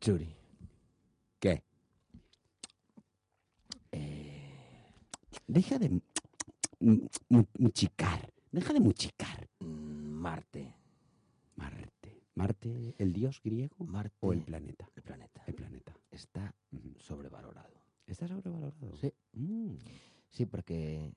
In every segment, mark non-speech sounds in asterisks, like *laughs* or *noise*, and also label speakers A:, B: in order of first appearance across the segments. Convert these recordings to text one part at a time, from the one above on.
A: Churi. ¿Qué? Eh, deja de mu- mu- muchicar. Deja de muchicar.
B: Mm, Marte,
A: Marte. Marte, el dios griego
B: Marte.
A: o el planeta.
B: el planeta,
A: El planeta.
B: está
A: Ujú.
B: sobrevalorado.
A: Está sobrevalorado.
B: Sí.
A: Mm.
B: Sí, porque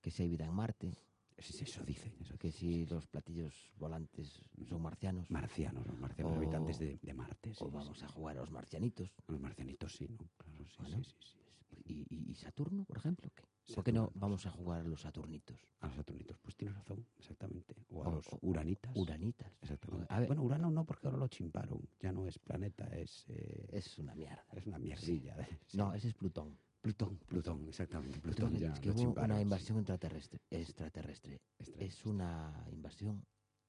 B: que si hay vida en Marte,
A: Sí, sí, eso dicen. Eso que
B: que si los platillos volantes son marcianos,
A: Marcianos, los marcianos,
B: O-
A: habitantes de, de Marte. sí,
B: o
A: sí,
B: vamos
A: sí.
B: a jugar a los marcianitos,
A: A Los marcianitos, sí, ¿no? Claro, sí,
B: Bueno.
A: sí, sí, sí.
B: y, y- y Saturno, por ejemplo, ¿qué? ¿por qué no
A: Saturno,
B: vamos a jugar a los Saturnitos?
A: A los saturnitos, pues tienes razón, exactamente. O a
B: O-
A: los
B: o-
A: uranitas.
B: Uranitas.
A: Exactamente.
B: A ver,
A: Bueno, Urano no, porque ahora lo chimparon. Ya no es planeta, es, eh, es,
B: es una mierda.
A: una mierdilla. *laughs* Sí.
B: No, ese es Plutón.
A: Plutón, Plutón, exactamente. Plutón
B: Entonces,
A: ya
B: es que
A: lo
B: hubo
A: chimparon.
B: una
A: sí.
B: invasión extraterrestre. extraterrestre.
A: Estra-
B: Es una invasión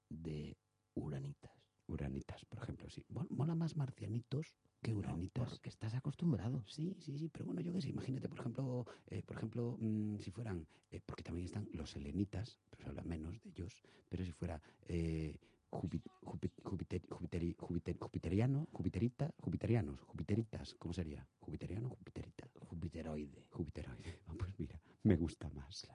B: de uranitas.
A: Uranitas, por ejemplo, sí. Mo- Mola más marcianitos que
B: No,
A: uranitas.
B: porque estás acostumbrado.
A: Sí, sí, sí, pero bueno, yo qué sé, imagínate, por ejemplo, eh, por ejemplo, mm, si fueran, eh, porque también están los helenitas, pero se habla menos de ellos, pero si fuera eh, Jupi- Jupi- Jupiter- Jupiteri- Jupiter- jupiteriano, jupiterita, jupiterianos, jupiteritas, ¿cómo sería? Jupiteriano, jupiterita, jupiteroide. Jupiteroide, *laughs* Ah, pues mira, me gusta más.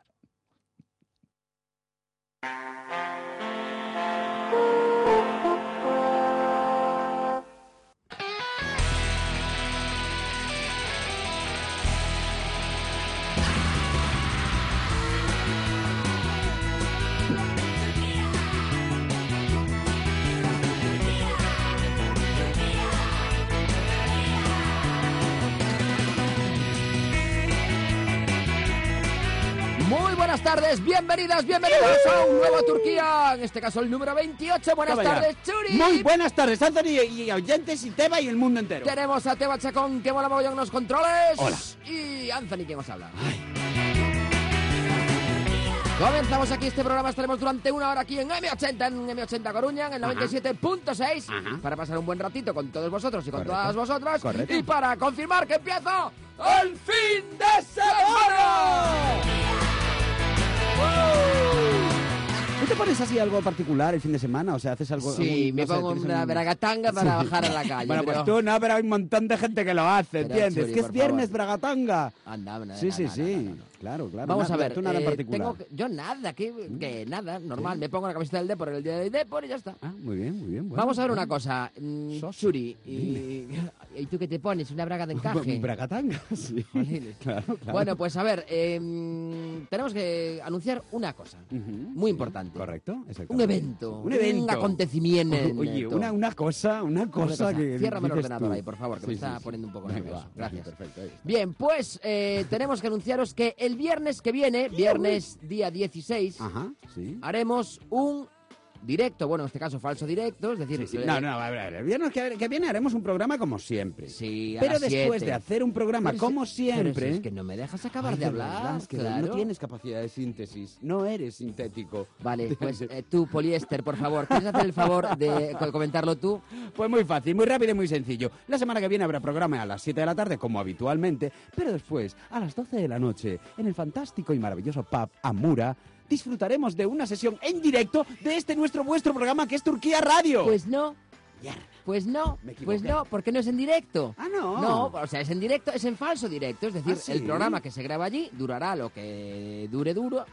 B: Muy buenas tardes, bienvenidas, bienvenidos a un nuevo Turquía, en este caso el número 28. Buenas
C: Toma ya.
B: tardes, Churi.
C: Muy buenas tardes, Anthony y oyentes y Teba y el mundo entero.
B: Tenemos a Teba Chacón, que mola mogollón en los controles.
C: Hola.
B: Y Anthony, ¿quién os habla? Comenzamos aquí este programa, estaremos durante una hora aquí en M80, en M80 Coruña, en el 97.6,
A: Ajá.
B: para pasar un buen ratito con todos vosotros y con
A: Correcto.
B: todas vosotras,
A: Correcto.
B: y para confirmar que empiezo el fin de semana.
A: ¿No te pones así algo particular el fin de semana? O sea, ¿haces algo?
B: Sí, me pongo una bragatanga para bajar a la calle.
C: bueno, pues
B: pero-
C: tú no, pero hay un montón de gente que lo hace,
B: Pero,
C: ¿entiendes?
B: Churi,
C: que es
B: por
C: viernes,
B: favor.
C: Bragatanga.
B: Anda, anda,
C: Sí,
B: anda,
C: sí,
B: anda,
C: sí.
B: anda, anda.
A: Claro, claro.
B: Vamos
A: nada,
B: a ver,
A: Tú nada en
B: eh,
A: particular. Mm.
B: tengo que- yo nada, que, que nada, normal. Me pongo la camiseta del Depor el día del Depor y ya está.
A: Ah, muy bien, muy bien. bueno,
B: Vamos a ver una
A: bueno.
B: cosa, mm,
A: Sosa,
B: Churi, y, *laughs* ¿y tú qué te pones? ¿Una braga de
A: *laughs*
B: encaje?
A: Bracatanga, *laughs* sí.
B: Jolines.
A: Claro, claro.
B: Bueno, pues a ver, eh, mm, tenemos que anunciar una cosa
A: Ujú,
B: muy importante.
A: Correcto, exacto.
B: Un evento,
C: Un evento.
A: *laughs*
B: acontecimiento.
C: Oye, una, una cosa, una cosa que.
B: Ciérrame el
C: dices
B: ordenador
C: tú.
B: ahí, por favor, que me
A: Sí, sí,
B: está
A: sí.
B: poniendo un poco
A: Venga,
B: nervioso.
A: va,
B: Gracias.
A: Perfecto. ahí está.
B: Bien, pues eh, tenemos que anunciaros que el viernes que viene, viernes día 16,
A: Ajá, sí.
B: Ah, haremos un directo, bueno, en este caso falso directo, es decir,
A: Sí, sí.
B: eh,
A: No, no, a ver, a ver, el viernes que, que viene haremos un programa como siempre.
B: sí, a
A: Pero
B: las
A: después
B: siete.
A: de hacer un programa
B: Pero si-
A: como
B: pero
A: siempre...
B: si es que no me dejas acabar
A: Ay,
B: de hablar,
A: verdad, es que
B: claro.
A: no tienes capacidad de síntesis, no eres sintético. *laughs*
B: Vale, pues eh, tú, poliéster, por favor, ¿quieres hacer el favor de co- comentarlo tú?
C: Pues muy fácil, muy rápido y muy sencillo. La semana que viene habrá programa a las 7 de la tarde, como habitualmente, pero después, a las 12 de la noche, en el fantástico y maravilloso pub Amura, disfrutaremos de una sesión en directo de este nuestro vuestro programa que es Turquía Radio.
B: Pues no, *laughs* pues no,
C: Me equivoqué.
B: pues no, porque no es en directo.
C: Ah, no.
B: No, o sea, es en directo, es en falso directo, es decir,
C: Ah, sí.
B: el *laughs* programa que se graba allí durará lo que dure duro,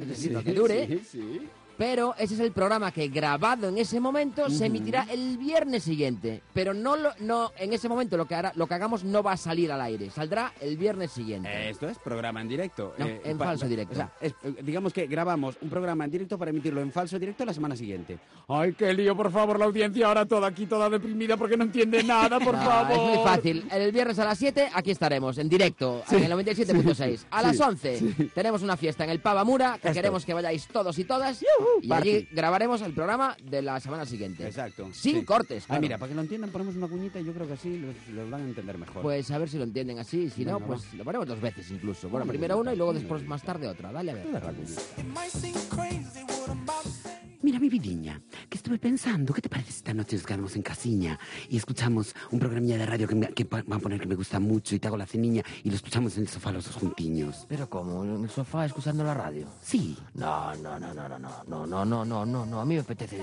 B: es decir, lo que
A: Sí,
B: dure,
A: sí, sí.
B: Pero ese es el programa que grabado en ese momento se emitirá el viernes siguiente. Pero no, lo- no en ese momento lo que, hará- lo que hagamos no va a salir al aire. Saldrá el viernes siguiente.
A: Esto es programa en directo. Eh,
B: No, en falso directo.
A: O sea, es- eh, digamos que grabamos un programa en directo para emitirlo en falso directo la semana siguiente. Ay, qué lío, por favor, la audiencia ahora toda aquí, toda deprimida porque no entiende nada,
D: *laughs*
A: por
B: Ah,
A: favor.
B: es muy fácil. El viernes a las 7 aquí estaremos, en directo, en el 97.6. A las 11 tenemos una fiesta en el Pavamura que
A: Esto.
B: queremos que vayáis todos y todas.
A: Yujú,
B: y
A: party.
B: allí grabaremos el programa de la semana siguiente.
A: Exacto.
B: Sin
A: sí.
B: cortes.
A: Ay,
B: claro.
A: mira, para que lo entiendan ponemos una cuñita y yo creo que así los, los van a entender mejor.
B: Pues a ver si lo entienden así, si no,
A: Venga,
B: pues lo ponemos dos veces incluso. Bueno,
A: Una
B: primero
A: cuñita,
B: uno y luego
A: una
B: después
A: cuñita.
B: más tarde otra. Dale a ver.
A: Toda la cuñita.
D: Mira, mi vidiña, que estuve pensando, ¿qué te parece si esta noche nos quedamos en casiña y escuchamos un programilla de radio que, me, que va a poner que me gusta mucho y te hago la ceniña y lo escuchamos en el sofá los dos juntiños?
B: Pero como en el sofá escuchando la radio.
D: Sí.
B: No, no, no, no, no, no, no, no, no, no, no, no. A mí me apetece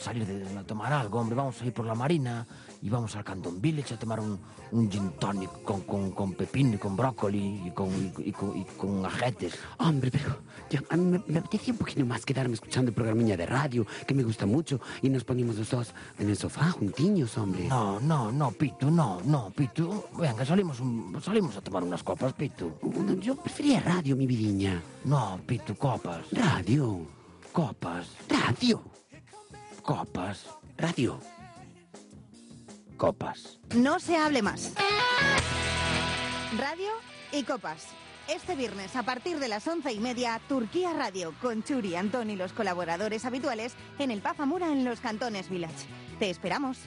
B: salir de a tomar algo, hombre. Vamos a ir por la marina y vamos al Canton Village a tomar un, un gin tonic con, con, con pepino y con brócoli y con, y, con, y con ajetes.
D: Hombre, pero yo- a mí me, me apetecía un poquito más quedarme escuchando el programilla de radio que me gusta mucho y nos poníamos los dos en el sofá juntiños, hombre.
B: No, no, no, Pitu, no, no, Pitu. Venga, salimos, un- salimos a tomar unas copas, Pitu.
D: Bueno, Yo prefería radio, mi vidiña.
B: No, Pitu, copas,
D: Radio.
B: copas,
D: Radio.
B: copas,
D: Radio.
B: copas.
E: No se hable más. Radio y copas. Este viernes, a partir de las once y media, Turquía Radio, con Churi, Antón y los colaboradores habituales en el Pafamura en los Cantones Village. Te esperamos.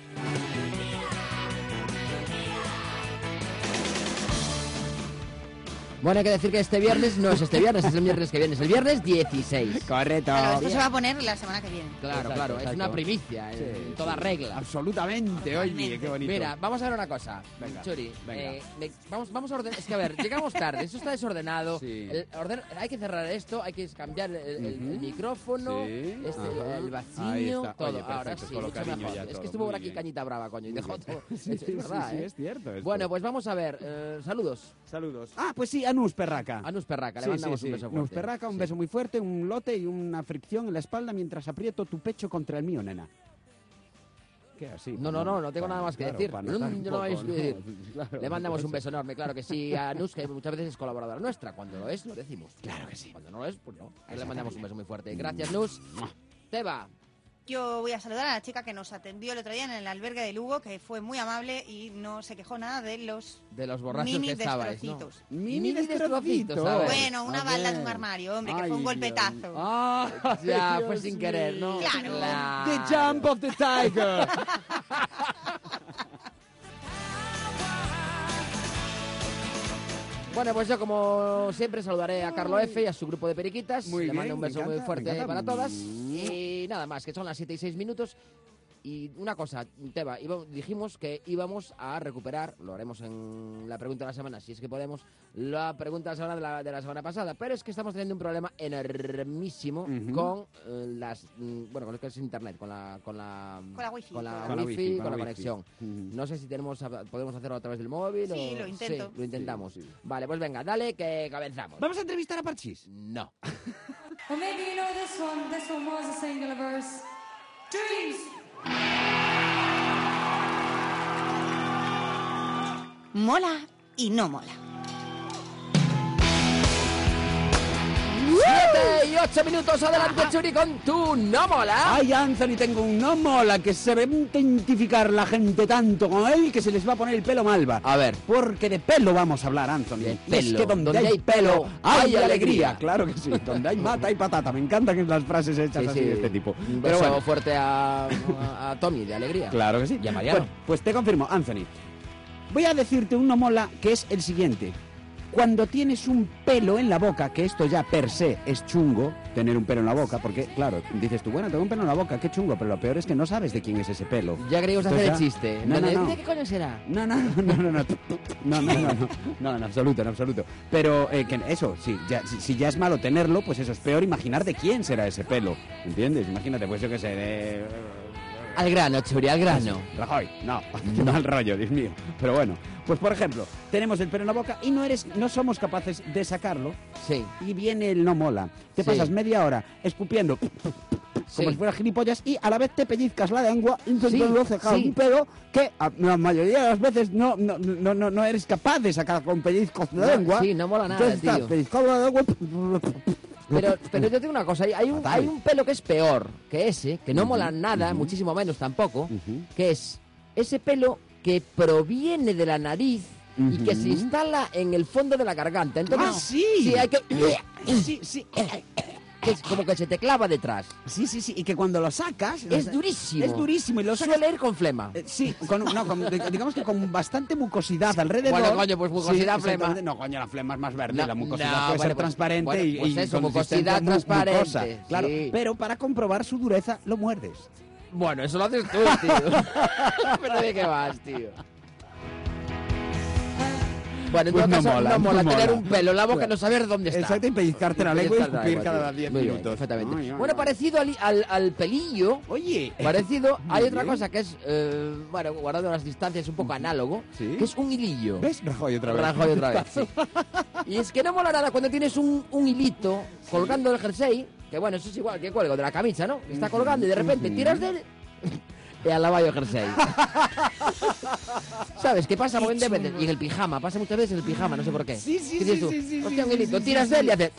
B: Bueno, hay que decir que este viernes no es este viernes, es el viernes que viene, es el viernes 16.
A: Correcto.
E: Claro, esto se va a poner la semana que viene.
B: Claro, claro, es una primicia, en
A: Sí,
B: toda
A: sí.
B: regla.
A: Absolutamente, oye, qué bonito.
B: Mira, vamos a ver una cosa,
A: Venga,
B: Churi.
A: venga.
B: eh, me- vamos, vamos a ordenar. Es que a ver, llegamos tarde, eso está desordenado.
A: Sí.
B: el orden- hay que cerrar esto, hay que cambiar el, el- el
A: Ujú.
B: micrófono,
A: Sí,
B: este,
A: ajá.
B: el
A: Ahí
B: vacío,
A: está.
B: todo.
A: Oye, perfecto,
B: Ahora sí,
A: con lo
B: mucho
A: cariño
B: mejor.
A: ya
B: Es
A: todo,
B: que estuvo por
A: muy
B: aquí
A: bien.
B: Cañita Brava, coño, y dejó todo.
A: *laughs* Sí,
B: es,
A: sí,
B: verdad,
A: sí,
B: ¿eh?
A: es cierto esto.
B: Bueno, pues vamos a ver, eh, saludos.
A: Saludos. Ah, pues sí, Anus Perraca.
B: A Nus Perraca, le
A: Sí,
B: mandamos
A: sí,
B: un
A: sí.
B: beso fuerte.
A: Nus Perraca, un
B: Sí.
A: beso muy fuerte, un lote y una fricción en la espalda mientras aprieto tu pecho contra el mío, nena. ¿Qué así?
B: No, no, no, no tengo nada más que
A: Claro,
B: decir.
A: para
B: Mm,
A: notar un
B: yo no
A: poco,
B: vais a
A: ¿no?
B: decir.
A: *laughs* Claro.
B: Le mandamos un beso enorme, claro que sí, a Nus, que muchas veces es colaboradora nuestra. Cuando lo es, lo decimos. Claro que sí. Cuando no lo es, pues no. Le mandamos un beso muy fuerte. Gracias, Nus. Teba.
E: Yo voy a saludar a la chica que nos atendió el otro día en el albergue de Lugo, que fue muy amable y no se quejó nada de los...
B: De los borrachos
E: Mini
B: que estabais, ¿no?
E: destrocitos.
A: Mini
B: destrocitos,
A: destrocitos.
B: ¿sabes?
E: Bueno, una
A: Pues, a
E: balda de
A: ver.
E: un armario, hombre, que fue
A: Ay,
E: un golpetazo.
A: Ah, *laughs*
B: Ya, fue
A: Dios
B: sin querer, ¿no?
A: mío.
E: Claro.
A: The jump of the tiger.
B: *laughs* Bueno, pues yo como siempre saludaré a Carlo F y a su grupo de periquitas.
A: Muy
B: Le mando
A: bien,
B: un
A: me
B: beso
A: encanta,
B: muy fuerte
A: me encanta.
B: para todas.
A: Mm.
B: Y nada más, que son las 7 y 6 minutos. Y una cosa, Teba, iba- dijimos que íbamos a recuperar, lo haremos en la pregunta de la semana, si es que podemos, la pregunta de la semana de la, de la semana pasada. Pero es que estamos teniendo un problema enormísimo
A: Ujú.
B: con eh, las. mm, Bueno, con lo que es internet, con la. Con la,
E: Con la wifi,
B: Con la,
A: con la
B: wifi,
A: wifi,
B: con la
A: wifi. Mm.
B: conexión.
A: Ujú.
B: No sé si tenemos, podemos hacerlo a través del móvil
E: Sí,
B: o-
E: lo intento.
B: sí, lo intentamos.
A: Sí, sí.
B: Vale, pues venga, dale que comenzamos.
A: Vamos a entrevistar a Parchis.
B: No.
F: Well, maybe you know this one. This one was a singular verse. Dreams!
E: Mola y no mola.
B: 7 y 8 minutos adelante, Churi, con tu no mola.
A: Ay, Anthony, tengo un no mola que se ve identificar la gente tanto con él que se les va a poner el pelo malva.
B: A ver.
A: Porque de pelo vamos a hablar, Anthony.
B: De
A: Y es
B: pelo.
A: que donde, hay pelo hay alegría.
B: alegría.
A: Claro que sí. Donde hay mata hay patata. Me encantan que las frases hechas así de este tipo.
B: Un
A: Pero
B: beso
A: bueno,
B: fuerte a, a- a Tommy, de alegría.
A: claro que sí.
B: Y a Mariano.
A: Bueno, pues te confirmo, Anthony. Voy a decirte un no mola que es el siguiente. Cuando tienes un pelo en la boca, que esto ya per se es chungo, tener un pelo en la boca, porque claro, dices tú, bueno, tengo un pelo en la boca, qué chungo, pero lo peor es que no sabes de quién es ese pelo.
B: Ya queríamos hacer el
A: Entonces ya-
B: chiste.
A: No, no,
B: Entonces,
A: no.
B: ¿De qué coño será?
A: No, no, no, no, no, no, no, no, no, no, no, en absoluto, en absoluto. Pero eh, que eso, si ya, si, si ya es malo tenerlo, pues eso es peor imaginar de quién será ese pelo, ¿entiendes? Imagínate, pues yo qué sé, de...
B: Al grano, Churi, al grano.
A: Rajoy, *laughs* no,
B: Mm.
A: qué mal rollo, Dios mío. Pero bueno, pues por ejemplo, tenemos el pelo en la boca y no eres, no somos capaces de sacarlo
B: Sí,
A: y viene el no mola. Te
B: Sí.
A: pasas media hora escupiendo *laughs* como
B: sí.
A: si fueras gilipollas y a la vez te pellizcas la lengua intentando
B: Sí,
A: sacar
B: sí.
A: un pelo que a- la mayoría de las veces no, no, no, no, no eres capaz de sacar con pellizcos la
B: No,
A: lengua.
B: sí, no mola nada,
A: Entonces estás
B: tío.
A: pellizcando la lengua.
B: Pero, pero yo tengo una cosa, hay- hay un,
A: Fatal.
B: hay un pelo que es peor que ese, que no mola nada, muchísimo menos tampoco,
A: Ujú.
B: que es ese pelo que proviene de la nariz y que se
A: Ujú.
B: instala en el fondo de la garganta. Entonces,
A: ¡Ah, sí!
B: Sí, hay que...
A: *laughs*
B: *coughs*
A: Sí, sí.
B: que es como que se te clava detrás.
A: Sí, sí, sí. Y que cuando lo sacas. lo
B: Es
A: sa-
B: durísimo.
A: Es durísimo. Y lo sacas.
B: Suele ir con flema.
A: eh, Sí, con, no, con- digamos que con bastante mucosidad alrededor.
B: Bueno, coño, pues mucosidad,
A: Sí, exactamente.
B: flema.
A: No, coño, la flema es más verde.
B: No,
A: la mucosidad puede
B: no, vale,
A: ser
B: pues-
A: transparente
B: bueno,
A: y,
B: pues
A: y
B: eso,
A: consistencia
B: mucosidad
A: mu-
B: transparente,
A: mucosa, claro,
B: sí.
A: pero para comprobar su dureza lo muerdes.
B: Bueno, eso lo haces
A: *laughs*
B: tú, tío. *laughs* pero de qué vas, tío. Bueno, en
A: Pues
B: todo
A: no
B: caso,
A: mola,
B: no
A: no
B: mola tener
A: mola.
B: un pelo en la boca y
A: Claro.
B: no saber dónde está.
A: Exacto, y pellizcarte la lengua y
B: pellizcar
A: escupir
B: lengua,
A: cada
B: tío.
A: 10
B: Muy bien,
A: minutos.
B: Perfectamente.
A: Ay, ay,
B: bueno, pues,
A: ay.
B: parecido al, al, al pelillo,
A: Oye, eh,
B: parecido, hay
A: Muy
B: otra
A: bien.
B: cosa que es, eh, bueno, guardando las distancias, un poco análogo,
A: Sí.
B: que es un hilillo.
A: ¿ves? Rajoy otra vez.
B: Rajoy otra vez, sí. Y es que no mola nada cuando tienes un, un hilito colgando del jersey, que bueno, eso es igual que cuelgo de la camisa, ¿no? Está colgando y de repente tiras de él *laughs* y al lavado
A: *laughs*
B: el jersey. ¿Sabes qué pasa muchas veces? Y en el pijama, pasa muchas veces en el pijama, no sé por qué.
A: Sí, sí,
B: ¿Qué dices
A: sí,
B: tú?
A: sí, sí,
B: Hostia, un
A: sí,
B: hilito,
A: sí,
B: tiras
A: sí,
B: de él y
A: sí.
B: haces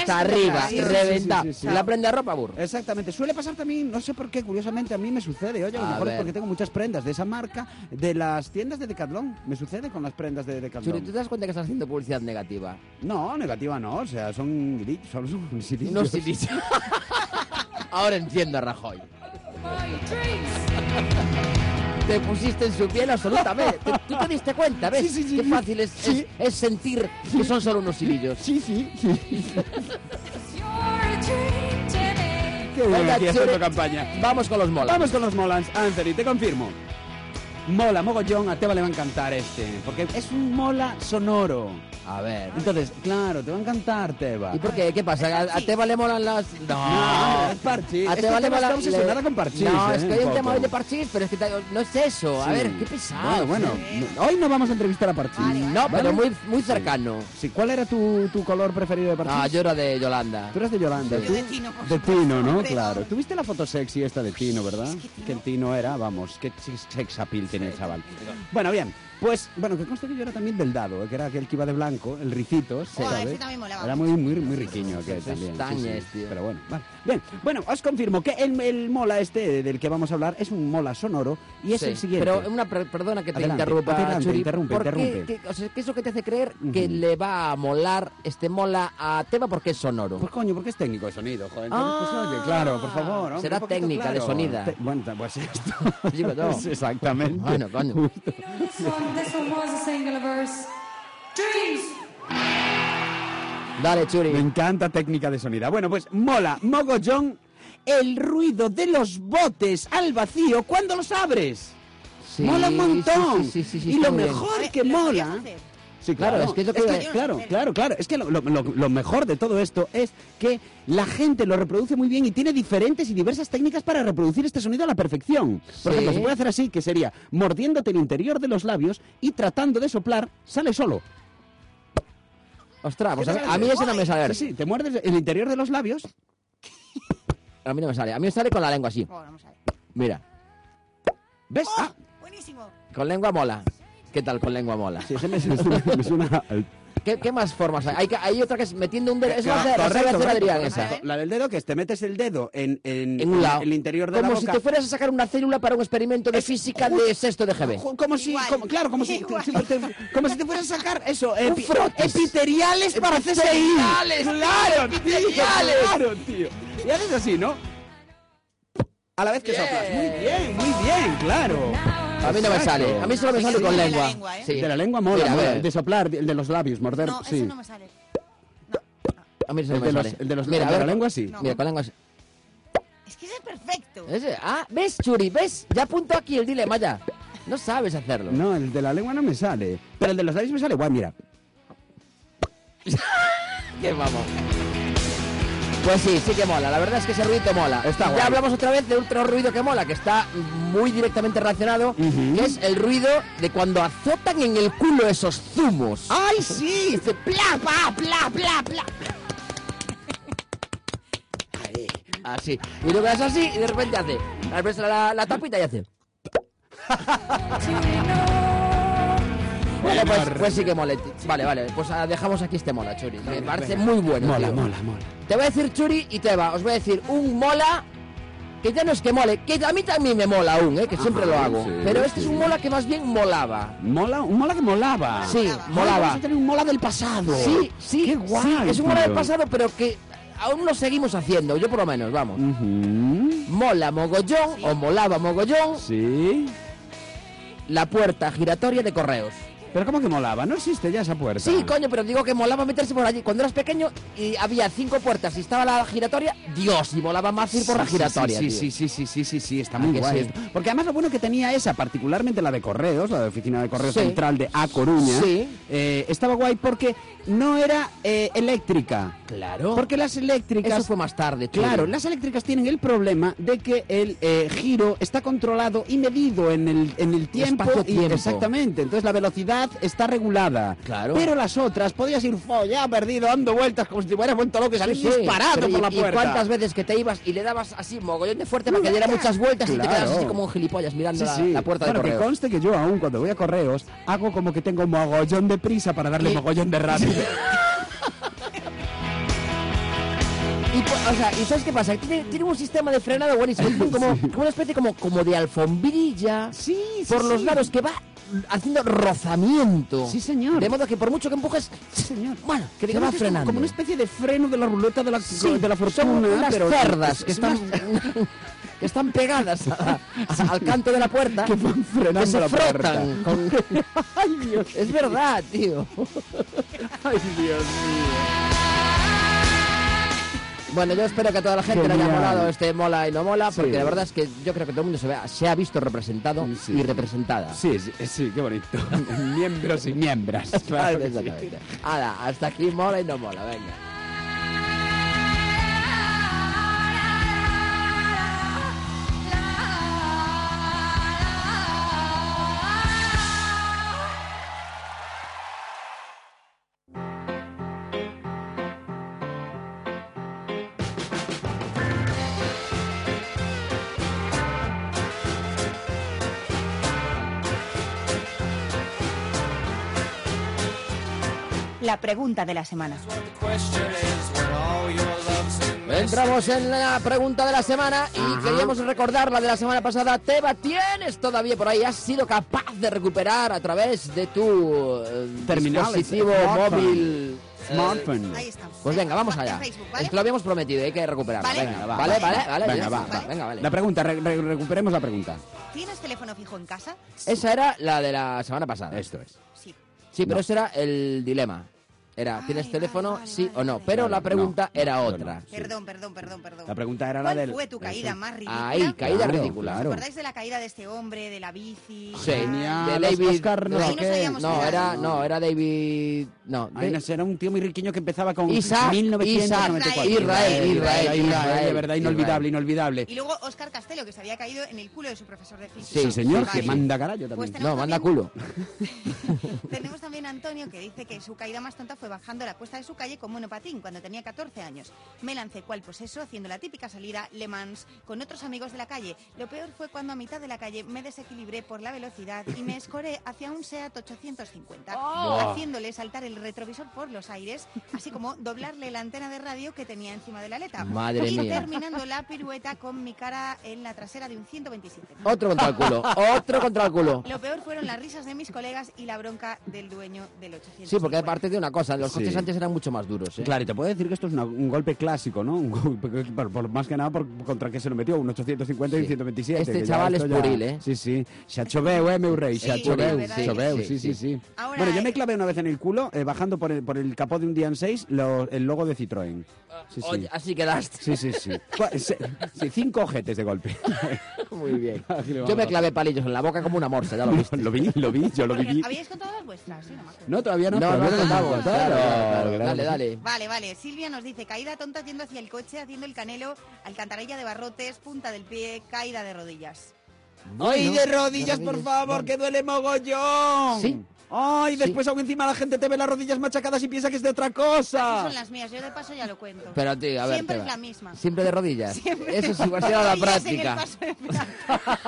B: hasta arriba,
A: Sí, sí,
B: reventado.
A: sí, sí, sí.
B: La prenda ropa burro.
A: Exactamente, suele pasar también, no sé por qué, curiosamente a mí me sucede, oye, a lo
B: A
A: mejor es
B: ver.
A: porque tengo muchas prendas de esa marca, de las tiendas de Decathlon, me sucede con las prendas de
B: Churi, ¿tú
A: Decathlon.
B: te das cuenta que estás haciendo publicidad negativa?
A: No, negativa no, o sea, son grillos, son *laughs* son silillos.
B: No,
A: *laughs*
B: sí, sí. *laughs* Ahora entiendo a Rajoy.
F: Boy, drinks.
B: Te pusiste en su piel absolutamente. ¿Tú, tú te diste cuenta, ¿ves?
A: Sí, sí, sí,
B: Qué
A: sí.
B: fácil es,
A: Sí.
B: es- es sentir que son solo unos hilillos.
A: Sí, sí, sí.
F: You're a dream to me.
A: Qué bueno,
B: Venga,
A: aquí
B: Churi.
A: haciendo campaña.
B: Vamos con los molas.
A: Vamos con los Molans, Anthony, te confirmo. Mola, mogollón, a Teba le va a encantar este, porque es un mola sonoro.
B: A ver.
A: Entonces, claro, te va a encantar, Teba.
B: ¿Y por qué? ¿Qué pasa? ¿A, a Teba le molan las.?
A: No,
B: No.
A: es parchís.
B: A
A: Es que
B: Teba le
A: Teba
B: molan.
A: está obsesionada con parchís,
B: No,
A: eh,
B: es que hay
A: un
B: un tema
A: poco.
B: hoy de parchís, pero es que te- no es eso. A
A: Sí.
B: ver, qué pesado. ¿eh?
A: Bueno, bueno, no- hoy no vamos a entrevistar a Parchís.
B: No, pero muy, muy cercano.
A: Sí, ¿Cuál era tu, tu color preferido de Parchís?
B: Ah, yo era de Yolanda.
A: Tú eras de Yolanda,
B: Sí.
A: ¿tú?
E: Yo de Tino, por
A: De
E: supuesto,
A: Tino, ¿no?
E: hombre.
A: Claro. Tuviste la foto sexy esta de Tino, ¿verdad?
E: Es que Tino-
A: el Tino era, vamos, qué sex- sex appeal tenía el chaval. Bueno, bien. Pues, bueno, que conste que yo era también del dado, eh, que era aquel que iba de blanco, el ricito, ¿sabes?
E: ese también molaba
A: Era muy, muy, muy riquiño aquel
B: Sois
A: también. sí,
B: tañes,
A: sí.
B: tío.
A: Pero bueno, vale. Bien, bueno, os confirmo que el, el mola este del que vamos a hablar es un mola sonoro y es
B: Sí,
A: el siguiente.
B: Pero una per- perdona que te
A: Adelante,
B: interrumpa,
A: adelante,
B: Churi,
A: interrumpe,
B: porque
A: interrumpe.
B: que- o sea, que eso que te hace creer que le va a molar este mola a tema porque es sonoro.
A: Pues coño, porque es técnico de sonido, joder.
B: Ah.
A: Entonces, pues, oye, claro, por favor. hombre,
B: Será
A: un poquito
B: técnica de
A: claro.
B: sonida.
A: Te- bueno, pues
B: *laughs*
A: esto.
B: Digo yo.
A: Es *laughs* Exactamente.
B: Bueno, coño.
A: Justo.
F: This one, this one was a single verse. Dreams.
B: Dale,
A: Me
B: Churi.
A: encanta técnica de sonida. Bueno, pues mola, mogollón, el ruido de los botes al vacío cuando los abres.
B: Sí,
A: mola un montón.
B: sí, sí, sí, sí,
A: y
B: está
A: lo
B: muy bien.
E: A
A: mejor
E: ver,
A: que
E: ¿lo
A: mola.
E: podrías hacer?
A: Sí,
B: Claro, es que es lo que-
E: yo no
A: claro,
E: sé.
A: claro, claro. Es que lo, lo- lo- lo mejor de todo esto es que la gente lo reproduce muy bien y tiene diferentes y diversas técnicas para reproducir este sonido a la perfección. Por
B: Sí.
A: ejemplo, se puede hacer así, que sería mordiéndote el interior de los labios y tratando de soplar, sale solo.
B: Ostras, pues a, mí- a mí eso no me sale. a ver,
A: Sí, sí, te muerdes el interior de los labios.
B: A mí no me sale. A mí me sale con la lengua así.
E: Bueno, vamos a ver. ¡Oh!
B: Mira,
A: ¿Ves? Ah,
E: Buenísimo.
B: con lengua mola. ¿Qué tal con lengua mola?
A: sí, ese me, *laughs* me suena, me suena al-
B: ¿Qué, qué más formas hay? Hay, que- hay otra que es metiendo un dedo. Eso va a hacer, la sabe
A: Correcto,
B: hacer
A: correcto,
B: Adrián
A: correcto.
B: esa.
A: La del dedo que es, te metes el dedo en, en,
B: ¿eh? En un lado.
A: el interior de
B: como
A: la boca.
B: si te fueras a sacar una célula para un experimento de
A: Es-
B: física de sexto de GB.
A: Jo- Como si,
E: Igual.
A: como- claro, como si,
E: Igual.
A: si te- como si te fueras a sacar eso, epi-
B: frotis.
A: epiteriales para CSI.
B: Epiteriales, tío,
A: claro, *laughs* tío,
B: epiteriales.
A: claro, tío. Y haces así, ¿no? A la vez que soplas. Muy bien, muy bien, claro.
B: A mí no me
A: Exacto.
B: sale. A mí solo me sale con
E: De la
B: lengua.
E: lengua, ¿eh?
B: Sí.
A: De la lengua mola, ¿eh?
B: Mira, a
A: mola.
B: ver.
A: El de soplar, el de los labios, morder,
E: No,
A: sí.
E: eso no me sale.
B: A mí eso no
A: el,
B: me
A: de los,
B: sale.
A: el de los- el
B: Mira, a
A: de
B: ver,
A: la lengua sí.
E: No.
B: Mira, con lengua así.
E: Es que ese es perfecto.
B: Ese, ah, ¿ves, Churi? ¿Ves? Ya apunto aquí el dilema ya. No sabes hacerlo.
A: No, el de la lengua no me sale. Pero el de los labios me sale guay, mira.
B: Que vamos. Pues sí, sí que mola. La verdad es que ese ruido mola.
A: Está
B: Y
A: guay.
B: ya hablamos otra vez de otro ruido que mola, que está muy directamente relacionado, que es el ruido de cuando azotan en el culo esos zumos.
A: ¡Ay, sí!
B: Dice, pla, pa, pla, pla, pla. Ahí, Así. Y luego es así y de repente hace. Abre la, la tapita y hace. Vale, pues, pues sí que mole. Vale, vale. Pues ah, dejamos aquí este mola, Churi. Me parece muy bueno.
A: Mola,
B: tío.
A: mola, mola.
B: Te voy a decir Churi y Teba. Os voy a decir un mola que ya no es que mole, que a mí también me mola aún, ¿eh? que siempre lo hago.
A: Ah, sí,
B: Pero este
A: sí.
B: es un mola que más bien molaba.
A: Mola, un mola que molaba.
B: Sí,
A: Ay,
B: molaba.
A: Vamos a tener un mola del pasado.
B: Sí, sí,
A: Qué
B: sí,
A: guay.
B: es un mola del
A: tío.
B: pasado, pero que aún lo seguimos haciendo, yo por lo menos, vamos.
A: Ujú.
B: Mola mogollón, o molaba mogollón,
A: Sí.
B: la puerta giratoria de correos.
A: Pero ¿cómo que molaba? No existe ya esa puerta.
B: Sí, coño, pero digo que molaba meterse por allí. Cuando eras pequeño y había cinco puertas y estaba la giratoria, Dios, y molaba más ir por la
A: Sí, sí,
B: giratoria.
A: Sí,
B: tío.
A: sí, sí, sí, sí, sí, sí, está
B: ¿A
A: muy
B: que
A: guay.
B: sí?
A: esto. Porque además lo bueno que tenía esa, particularmente la de correos, la de oficina de correo
B: Sí.
A: central de A Coruña,
B: Sí.
A: eh, estaba guay porque no era eh, eléctrica.
B: Claro.
A: Porque las eléctricas.
B: Eso fue más tarde, Churi.
A: Claro, las eléctricas tienen el problema de que el eh, giro está controlado y medido en el, en el tiempo.
B: Espacio-tiempo.
A: y- exactamente, entonces la velocidad está regulada.
B: Claro.
A: Pero las otras podías ir follado, perdido, dando vueltas como si te hubieras vuelto loco y salir
B: Sí, sí.
A: disparado
B: Pero
A: por
B: y-
A: la puerta.
B: ¿Y cuántas veces que te ibas y le dabas así mogollón de fuerte para que diera muchas vueltas y te
A: Claro.
B: quedas así como un gilipollas mirando
A: Sí,
B: la-
A: sí.
B: La, puerta
A: bueno,
B: de
A: que
B: correos?
A: conste que yo aún cuando voy a correos hago como que tengo mogollón de prisa para darle
B: Y-
A: mogollón de
B: *laughs*
A: rápido.
B: Y, po- o sea, ¿y sabes qué pasa? Tiene, tiene un sistema de frenado buenísimo.
A: *laughs*
B: Tiene Como, como una especie como, como de alfombrilla
A: Sí, sí,
B: por los
A: sí.
B: lados que va haciendo rozamiento.
A: Sí, señor.
B: De modo que por mucho que empujes,
A: Sí, señor.
B: bueno, que
A: Creo
B: diga, va
A: es como-
B: frenando.
A: Como una especie de freno de la ruleta de la,
B: Sí,
A: de la fortuna.
B: son unas
A: pero
B: cerdas que
A: es
B: están, *laughs*
A: más-
B: que están pegadas a- a- al canto de la
A: *laughs*
B: puerta.
A: que van frenando
B: que se
A: la puerta.
B: frotan con-
A: *laughs* Ay, Dios.
B: Es verdad, tío.
A: Ay, Dios mío.
B: Bueno, yo espero que a toda la gente le haya
A: Genial.
B: molado este mola y no mola,
A: Sí.
B: porque la verdad es que yo creo que todo el mundo se, vea- se ha visto representado
A: Sí.
B: y representada.
A: Sí, sí, sí, qué bonito. *laughs* Miembros y
B: *laughs*
A: miembras. Claro que sí.
B: Exactamente. Hala, hasta aquí mola y no mola, venga.
E: La pregunta de la semana.
B: Entramos en la pregunta de la semana y queríamos recordar la de la semana pasada. Teba, ¿tienes todavía por ahí? ¿Has sido capaz de recuperar a través de tu eh,
A: Terminal,
B: dispositivo
A: smartphone.
B: móvil? eh,
A: Smartphone.
E: Ahí estamos.
B: Pues venga, vamos allá.
E: En Facebook,
B: Es
E: ¿vale?
B: que lo habíamos prometido, hay que recuperarlo.
E: Vale.
B: Venga,
E: Venga,
B: va,
A: va,
B: vale, vale,
E: va.
B: vale.
A: Venga,
B: ya
A: va,
B: está,
E: va.
B: Venga, vale.
A: La pregunta, re- re- recuperemos la pregunta.
E: ¿Tienes teléfono fijo en casa?
B: Esa era la de la semana pasada.
A: Esto es.
E: Sí.
B: Sí, pero
A: No.
B: ese era el dilema. Era,
E: Ay,
B: ¿tienes
E: vale,
B: teléfono?
E: vale,
B: sí
E: vale,
B: o no.
E: vale.
B: Pero la
A: Claro,
B: pregunta
A: no,
B: era
A: no,
B: otra.
A: no. Sí.
E: Perdón, perdón, perdón, perdón.
A: La pregunta era la
E: ¿Cuál
A: del.
E: fue tu caída más ridícula?
B: Ahí, caída
A: Claro,
B: ridícula.
E: ¿Os
A: claro.
E: acordáis de la caída de este hombre, de la bici?
B: Sí.
A: Genial,
B: De
A: los
B: David.
A: Oscar, no
B: no,
A: sé
E: Ahí nos
B: qué.
E: habíamos
B: No,
E: quedado,
B: era,
E: ¿no?
B: no, era David. No,
A: Ay,
B: de-
A: no sé, era un tío muy riquiño que empezaba con
B: Isaac,
A: 1994.
E: Isaac, Israel,
A: Israel, Israel,
B: Israel,
A: de verdad,
B: Israel.
A: inolvidable, inolvidable.
E: Y luego Oscar Castelo, que se había caído en el culo de su profesor de física.
A: Sí, señor,
E: Vale.
A: que manda carajo también.
E: Pues
B: no, manda
E: también-
B: culo.
E: Tenemos también a Antonio que dice que su caída más tonta fue bajando la cuesta de su calle con monopatín cuando tenía 14 años. Me lancé cual poseso haciendo la típica salida Le Mans con otros amigos de la calle. Lo peor fue cuando a mitad de la calle me desequilibré por la velocidad y me escoré hacia un Seat 850, haciéndole saltar el retrovisor por los aires, así como doblarle la antena de radio que tenía encima de la aleta.
B: Madre
E: y
B: mía.
E: terminando la pirueta con mi cara en la trasera de un 127.
B: Otro contra el
A: *laughs*
B: culo. Otro contra el culo.
E: Lo peor fueron las risas de mis colegas y la bronca del dueño del 800.
B: Sí, porque aparte de una cosa, los coches
A: Sí.
B: antes eran mucho más duros. ¿eh?
A: Claro, y te puedo decir que esto es una- un golpe clásico, ¿no? Un golpe que- por- por- más que nada por, contra que se lo metió, un 850 y
B: Sí.
A: un 127.
B: Este
A: que ya
B: chaval
A: esto
B: es
A: ya-
B: puril, ¿eh?
A: Sí, sí. Se achoveu, ¿eh, meu rey?
E: Sí,
A: Se achoveu,
E: la verdad
A: se
E: es que
A: achoveu,
B: sí,
A: sí,
B: sí.
A: sí, sí.
E: Ahora
A: Bueno, yo me
E: hay-
A: clavé una vez en el culo eh, bajando por el, por el capó de un día en 6 el logo de Citroën. Sí, sí.
B: Ah, Oye, así quedaste.
A: Sí, sí, sí. Cua- se- sí, cinco ojetes de golpe.
B: *laughs* Muy bien.
A: *laughs* Aquí le
B: Yo me
A: vamos.
B: clavé palillos en la boca como una morsa, ya lo viste.
A: lo vi, lo vi, yo lo
E: Porque
A: viví.
E: habíais contado las vuestras, sí, no me acuerdo.
A: *laughs* No, todavía no.
B: No, no
A: todavía
B: lo contamos,
A: contamos,
B: todavía claro, claro,
D: claro.
B: Dale, dale.
E: Vale, vale. Silvia nos dice, caída tonta yendo hacia el coche, haciendo el canelo, alcantarilla de barrotes, punta del pie, caída de rodillas.
A: ¡Ay,
B: Bueno,
A: de rodillas, por
B: rodillas,
A: favor,
B: vale.
A: que duele mogollón!
B: Sí.
A: ¡Ay,
B: Sí.
A: después aún encima la gente te ve las rodillas machacadas y piensa que es de otra
E: Esas
A: cosa!
E: son las mías, yo de paso ya lo cuento.
B: Ah. Pero, tío, a ver.
E: Siempre
B: te
E: es
B: va.
E: la misma.
B: Siempre de rodillas.
E: Siempre. *laughs*
B: Eso es igual a la
E: Rodillas en el
B: práctica.
E: paso de planta.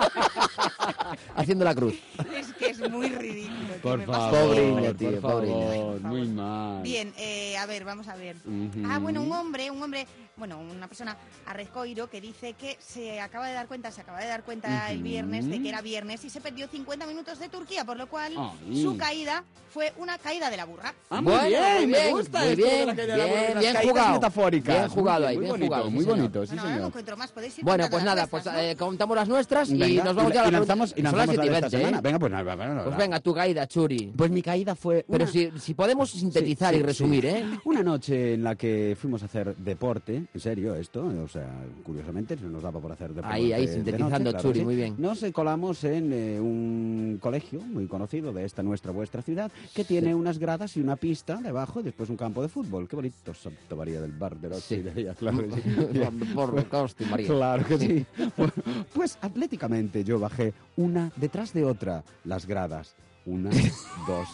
B: Haciendo la cruz.
E: *laughs* Es que es muy ridículo. tío,
A: Por
E: me pasa
A: favor,
B: Pobre
E: siempre.
B: niña, tío,
A: por
B: pobre niña.
A: favor,
E: Por
A: muy
E: favor.
A: mal.
E: Bien, eh, a ver, vamos a ver.
A: Ujú.
E: Ah, bueno, un hombre, un hombre, bueno, una persona arrezcoiro que dice que se acaba de dar cuenta, se acaba de dar cuenta el
A: Ujú.
E: viernes de que era viernes y se perdió 50 minutos de Turquía, por lo cual
A: Ay.
E: su caída fue una caída de la burra.
A: Ah, muy
B: Bueno,
A: bien,
B: muy
A: me
B: bien,
A: gusta
B: muy
A: esto de la
B: bien,
A: caída de la
B: bien,
A: burra, las
B: bien
A: caídas
B: jugado.
A: metafóricas.
B: Bien jugado ahí,
A: muy
B: bien
A: bonito,
B: jugado, pues sí,
A: muy
B: señor.
A: bonito, sí,
E: bueno, ahora no
A: señor.
E: encuentro más, podéis ir
B: Bueno,
E: contando
B: pues
E: las
B: nada, pues
E: vuestras, ¿no?
B: eh, contamos las nuestras y
A: Venga,
B: nos vamos ya a la
A: y lanzamos, y
B: pregunta. Son
A: lanzamos la
B: las
A: de
B: 7
A: esta semana. Venga, pues nada, venga,
B: Pues
A: nada.
B: venga, tu caída, Churi.
A: Pues mi caída fue.
B: Pero
A: una-
B: si, si podemos sintetizar
A: Sí,
B: y
A: sí,
B: resumir,
A: sí. *laughs*
B: ¿eh?
A: Una noche en la que fuimos a hacer deporte, en serio esto, o sea, curiosamente se nos daba por hacer deporte.
B: Ahí, ahí,
A: de
B: sintetizando,
A: noche, claro
B: Churi,
A: que
B: muy bien.
A: Nos eh, colamos en eh, un colegio muy conocido de esta nuestra, vuestra ciudad, que tiene unas gradas y una pista debajo y después un campo de fútbol. Qué bonito, Santa María del Bar de la
B: Sí.
A: Siberia, claro que sí.
B: *laughs* Por coste, María.
A: Claro que sí. Bueno, *laughs* Pues atléticamente yo bajé una detrás de otra las gradas. Una,
B: *laughs*
A: dos,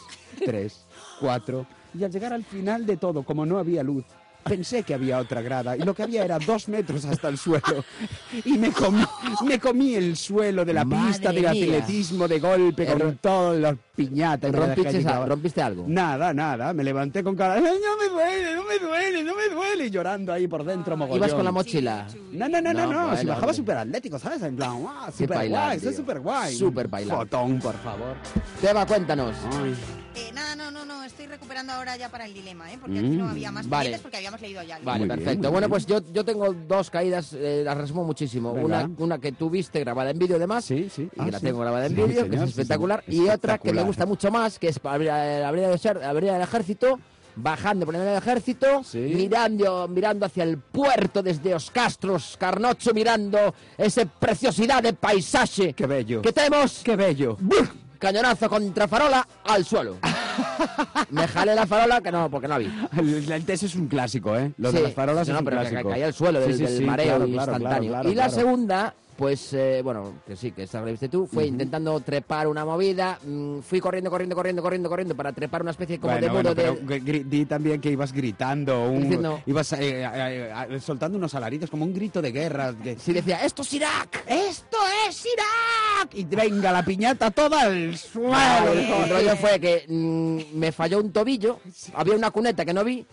A: tres, cuatro. Y al llegar al final de todo, como no había luz, pensé que había otra grada y lo que había era dos metros hasta el suelo. Y me comí, me comí el suelo de la
B: Madre
A: pista de
B: mía.
A: atletismo de golpe
B: Error.
A: con todos los piñatas. que me dejé
B: ¿Rompiste,
A: allí
B: a-
A: clavado.
B: rompiste algo?
A: Nada, nada. Me levanté con cara. "Ay, No me duele, no me duele, no me duele. Y llorando ahí por dentro, mogollón.
B: Ibas con la mochila.
A: No, no, no, no,
B: No,
A: no.
B: bueno,
A: si bajaba
B: hombre.
A: súper atlético, ¿sabes? En plan, wow,
B: Qué
A: súper
B: bailar,
A: guay, soy
B: tío.
A: súper guay.
B: Súper bailar.
A: Fotón, por favor.
B: Teba, cuéntanos.
A: Ah,
E: Eh, nada, no, no, no, estoy recuperando ahora ya para el dilema, ¿eh? Porque aquí no había más
B: Mm, vale.
E: pendientes porque habíamos leído ya.
B: Vale,
A: Muy bien,
B: perfecto.
A: muy
B: bueno,
A: bien.
B: pues yo, yo tengo dos caídas, eh, las resumo muchísimo.
A: Venga.
B: Una, una que tuviste grabada en vídeo, además.
A: Sí, sí.
B: Y
A: Ah,
B: que la
A: sí.
B: tengo grabada en
A: Sí,
B: vídeo, que
A: señor,
B: es
A: sí, señor.
B: espectacular. Y otra que me
A: Espectacular.
B: gusta mucho más, que es para la Avenida del Ser- Avenida del Ejército, bajando por la Avenida del Ejército,
A: Sí.
B: mirando, mirando hacia el puerto desde Os Castros, Carnocho, mirando esa preciosidad de paisaje
A: Qué bello.
B: que tenemos.
A: Qué bello.
B: ¡Buf! Cañonazo contra farola al suelo.
A: *laughs*
B: me jalé la farola, que no, porque no la vi.
A: *laughs* El, el test es un clásico, ¿eh? Lo de
B: Sí.
A: las farolas
B: No,
A: es un
B: pero que-
A: clásico.
B: que caía al suelo
A: Sí,
B: del,
A: sí,
B: del
A: sí,
B: mareo
A: claro, claro, claro,
B: instantáneo.
A: claro,
B: y la
A: claro.
B: segunda, pues, eh, bueno, que sí, que esta la viste tú, fue intentando trepar una movida. mm, fui corriendo, corriendo, corriendo, corriendo, corriendo para trepar una especie como
A: Bueno,
B: de
A: bueno,
B: muro
A: pero
B: de...
A: gri- gri- di también que ibas gritando, un-
B: Diciendo-
A: ibas eh, eh, eh, soltando unos alaridos como un grito de guerra. que-
B: Sí, decía, esto es Irak.
A: ¡Esto es Irak! Y venga la piñata toda al suelo.
B: el rollo fue que mm, me falló un tobillo, había una cuneta que no vi,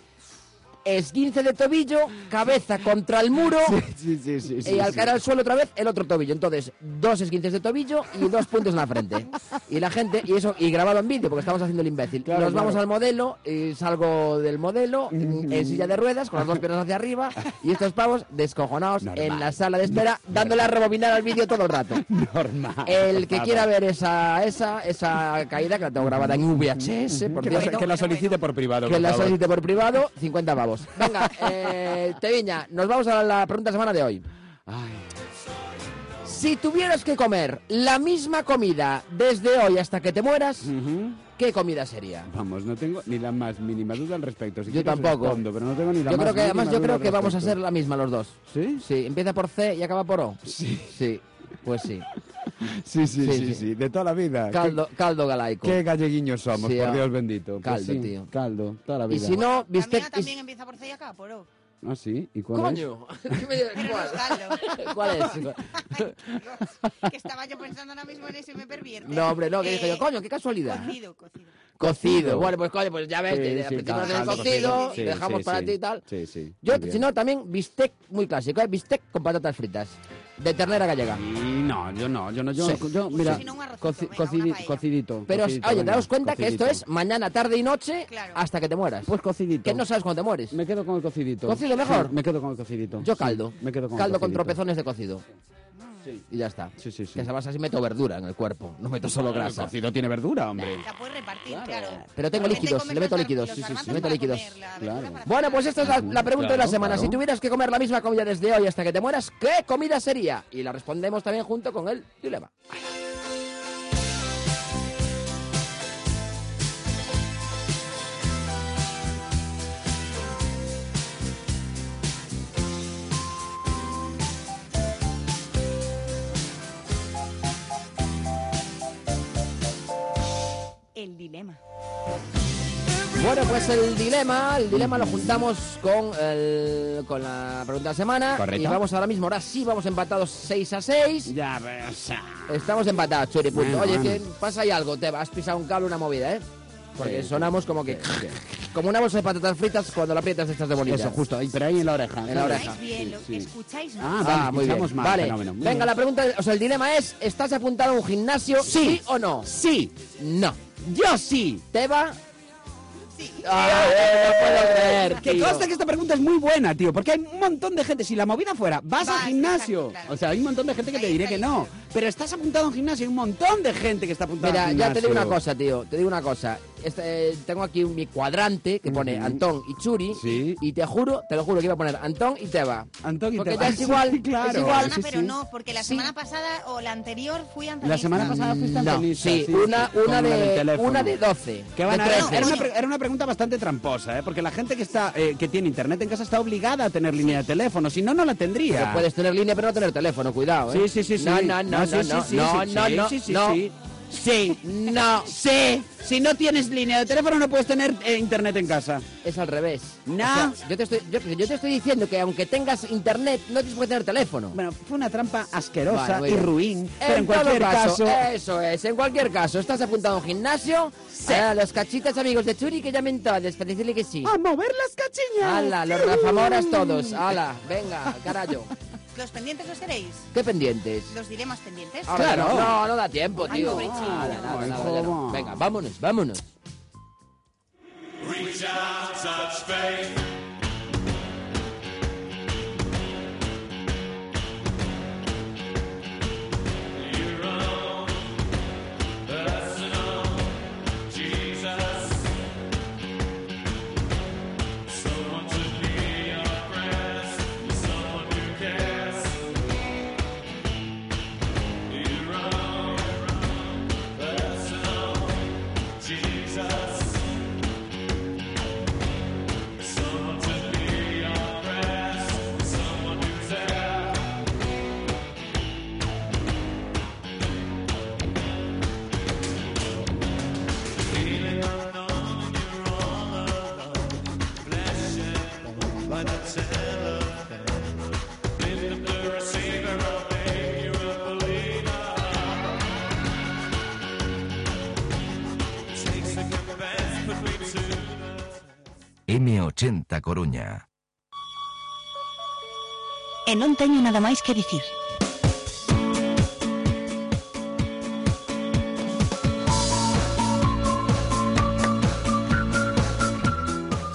B: esguince de tobillo, cabeza contra el muro...
A: Sí, sí, sí. sí,
B: Y al
A: sí.
B: caer al suelo otra vez, el otro tobillo. Entonces, dos esquinces de tobillo y dos puntos en la frente. Y la gente, y eso, y grabado en vídeo, porque estamos haciendo el imbécil.
A: Claro,
B: Nos vamos
A: claro.
B: al modelo, y salgo
A: *laughs*
B: del modelo, en silla de ruedas, con las dos piernas hacia arriba, y estos pavos descojonados
A: *laughs*
B: en
A: Normal.
B: la sala de espera, dándole a rebobinar al vídeo todo el rato.
A: *laughs* Normal.
B: El que
A: Normal.
B: quiera ver esa, esa, esa caída, que la tengo grabada en VHS, por
A: Que la,
B: cierto,
A: que la solicite por privado.
B: que
A: por
B: la
A: favor.
B: solicite por privado, 50 pavos. Venga, eh, Teviña, nos vamos a la pregunta de la semana de hoy. Si tuvieras que comer la misma comida desde hoy hasta que te mueras,
A: Mm.
B: ¿qué comida sería?
A: Vamos, no tengo ni la más mínima duda al respecto. Si
B: Yo
A: quieres
B: tampoco.
A: respondo, pero no tengo ni la
B: Yo
A: más
B: creo que además
A: mínima
B: yo
A: duda
B: creo
A: al
B: que vamos a ser
A: respecto.
B: la misma los dos.
A: ¿Sí?
B: Sí, empieza por C y acaba por O. Sí. Sí,
A: *laughs*
B: pues sí.
A: Sí, sí,
B: Sí,
A: sí,
B: sí.
A: sí, De toda la vida.
B: Caldo, caldo galaico.
A: Qué, qué galleguiños somos,
B: Sí, ah.
A: por Dios bendito. Pues
B: Caldo,
A: sí,
B: tío.
A: Caldo, toda la vida.
B: Y si no,
E: La mía
B: bistec... y-
E: también empieza por C y acaba por O. *laughs*
A: Ah, sí. ¿Y cuál es?
B: ¡Coño! *laughs* ¿Qué me-
E: Pero no es
B: ¿Cuál? *laughs*
E: caldo.
B: ¿Cuál es?
E: Ay, Dios, que estaba yo pensando ahora mismo en eso y me pervierte.
B: No, hombre, no, que dije yo,
E: Eh,
B: coño, qué casualidad.
E: Cocido, cocido.
B: Cocido.
A: Cocido.
B: Bueno, pues coño, pues ya ves,
A: Sí,
B: te-
A: sí,
B: te-
A: caldo,
B: te-
A: caldo,
B: cocido,
A: sí, sí,
B: dejamos
A: sí,
B: para
A: sí.
B: ti y tal.
A: Sí, sí.
B: Yo,
A: muy bien.
B: si no, también bistec muy clásico, ¿eh? Bistec con patatas fritas. De ternera gallega.
A: Y no, yo no, yo no, yo,
B: Sí.
A: yo mira,
E: si no, un arrocito,
A: coci-
E: venga,
A: cocidi-
E: una paella.
A: cocidito.
B: Pero,
A: cocidito,
B: oye,
A: venga,
B: daos cuenta que esto
A: cocidito.
B: es mañana, tarde y noche
E: Claro.
B: hasta que te mueras.
A: Pues cocidito.
B: que no sabes cuándo te mueres.
A: Me quedo con el cocidito.
B: ¿Cocido mejor?
A: Sí, me quedo con el cocidito.
B: Yo
A: Sí,
B: caldo.
A: me quedo con el
B: caldo con
A: cocidito.
B: tropezones de cocido. Y ya está.
A: Sí, sí, sí.
B: Que se basa así, meto verdura en el cuerpo. No meto solo
A: Claro, El
B: grasa.
A: cocido tiene verdura, hombre.
E: La puedes repartir, claro.
B: Pero tengo
E: Porque
B: líquidos,
E: comes
B: le meto
E: los ar-
B: líquidos. Sí,
E: los
B: sí, sí.
E: garbanzos
B: Le meto
E: para
B: líquidos.
E: comer, la verdura
A: Claro.
E: para
B: Bueno,
E: comer.
B: pues esta es la, la pregunta de la
A: Claro,
B: semana.
A: claro.
B: Si tuvieras que comer la misma comida desde hoy hasta que te mueras, ¿qué comida sería? Y la respondemos también junto con el dilema.
E: dilema.
B: Bueno, pues el dilema, el dilema lo juntamos con, el- con la pregunta de la semana.
A: Correcto.
B: Y vamos ahora mismo, ahora sí, vamos empatados 6 a 6.
A: Ya, pero, o sea,
B: Estamos empatados, Churi, punto.
A: Bueno,
B: Oye,
A: bueno.
B: que pasa ahí algo, te has pisado un cable, una movida, ¿eh? Porque sonamos como que... Como una bolsa de patatas fritas cuando la aprietas estás de bonitas.
A: Eso, justo, ahí, pero ahí en la oreja.
B: En la oreja.
E: ¿Escucháis bien? ¿Lo escucháis?
A: Ah,
E: no?
A: vale,
B: Ah, muy bien.
A: escuchamos mal,
B: vale.
A: fenómeno, muy
B: Venga,
A: bien.
B: la pregunta, o sea, el dilema es, ¿estás apuntado a un gimnasio?
A: Sí.
B: o no?
A: Sí,
B: No.
A: yo sí.
B: ¿Te va?
E: Sí.
B: Ah, no puedo creer,
A: Que
B: tío.
A: conste que esta pregunta es muy buena, tío, porque hay un montón de gente. Si la movida fuera, vas
E: Vas,
A: al gimnasio.
E: exacto, claro.
A: O sea, hay un montón de gente que te
E: Ahí
A: diré
E: está
A: que
E: el
A: no.
E: límite.
A: Pero estás apuntado a un gimnasio, hay un montón de gente que está apuntada
B: Mira,
A: al
B: ya te digo una
A: gimnasio.
B: cosa, tío. Te digo una cosa. Este, eh, tengo aquí un- mi cuadrante que pone
A: Ujú.
B: Antón y Churi.
A: Sí.
B: Y te juro, te lo juro que iba a poner Antón y Teba.
A: Antón y
B: Porque
A: Teba.
B: ya es
A: *laughs*
B: igual.
A: Sí, claro.
B: Es igual.
E: Perdona,
A: sí,
E: pero
A: sí.
E: no, porque la
A: Sí.
E: semana pasada o la anterior fui antes.
A: La semana pasada fuiste
B: No,
A: antonista,
B: sí, una,
A: con
B: una,
A: la del
B: de,
A: teléfono.
B: una de 12.
A: Que van
B: de
A: a ver,
B: 13.
A: era, una
E: Coño.
A: pre- era una pregunta bastante tramposa, ¿eh? porque la gente que está eh, que tiene internet en casa está obligada a tener línea de teléfono, si no, no la
B: Que
A: tendría.
B: puedes tener línea pero no tener teléfono, cuidado, ¿eh?
A: Sí, sí, sí, sí.
B: No, no, no, no,
A: sí, sí,
B: no,
A: sí,
B: no,
A: sí,
B: no,
A: sí,
B: no,
A: sí, sí,
B: no.
A: sí. Sí.
B: No,
A: Sí, si no tienes línea de teléfono no puedes tener eh, internet en casa.
B: es al revés.
A: No.
B: O sea, yo, te estoy, yo, yo te estoy diciendo que aunque tengas internet, no tienes que tener teléfono.
A: Bueno, fue una trampa asquerosa
B: Vale, muy
A: y
B: bien.
A: ruin, pero en cualquier
B: todo
A: caso... eh,
B: Eso es, en cualquier caso, estás apuntado a un gimnasio. A los cachitas amigos de Churi que llamen todos para decirle que sí.
A: ¡A mover las cachiñas!
B: Ala, los rafamoras todos.
A: Mm.
B: Ala, venga, carajo.
E: ¿Los pendientes los queréis?
B: ¿Qué pendientes?
E: ¿Los dilemas pendientes?
B: Ahora "Ah,
A: Claro.
B: No, no, no da tiempo,
E: Ay,
B: tío.
E: pobre chico.
B: Nada, nada,
A: Ay,
B: nada, ya no.
A: cómo.
B: Venga, vámonos, vámonos.
G: M80 Coruña.
H: En un teño nada máis que dicir.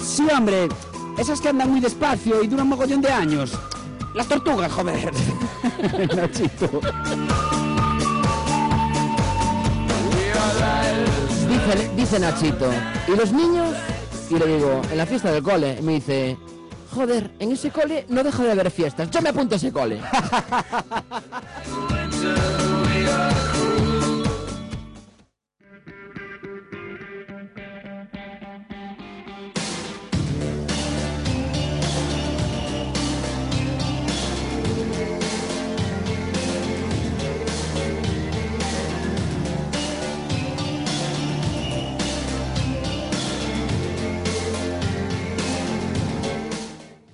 A: Sí, hombre, esas que andan muy despacio y duran mogollón de años. Las tortugas, *laughs* joder. Nachito.
B: Dice, dice Nachito, ¿y los niños? Y le digo, en la fiesta del cole, y me dice, joder, en ese cole no deja de haber fiestas, yo me apunto a ese cole.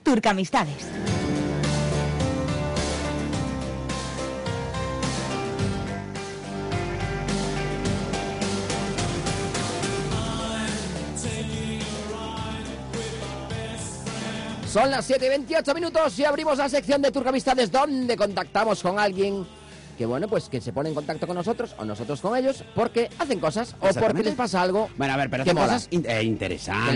H: Turca Amistades.
B: Son las 7 y 28 minutos y abrimos la sección de Turcamistades donde contactamos con alguien que, bueno, pues que se pone en contacto con nosotros o nosotros con ellos porque hacen cosas o porque
A: Exactamente.
B: les pasa algo.
A: Bueno, a ver, pero
B: que
A: hacen
B: mola.
A: cosas in- eh, interesantes.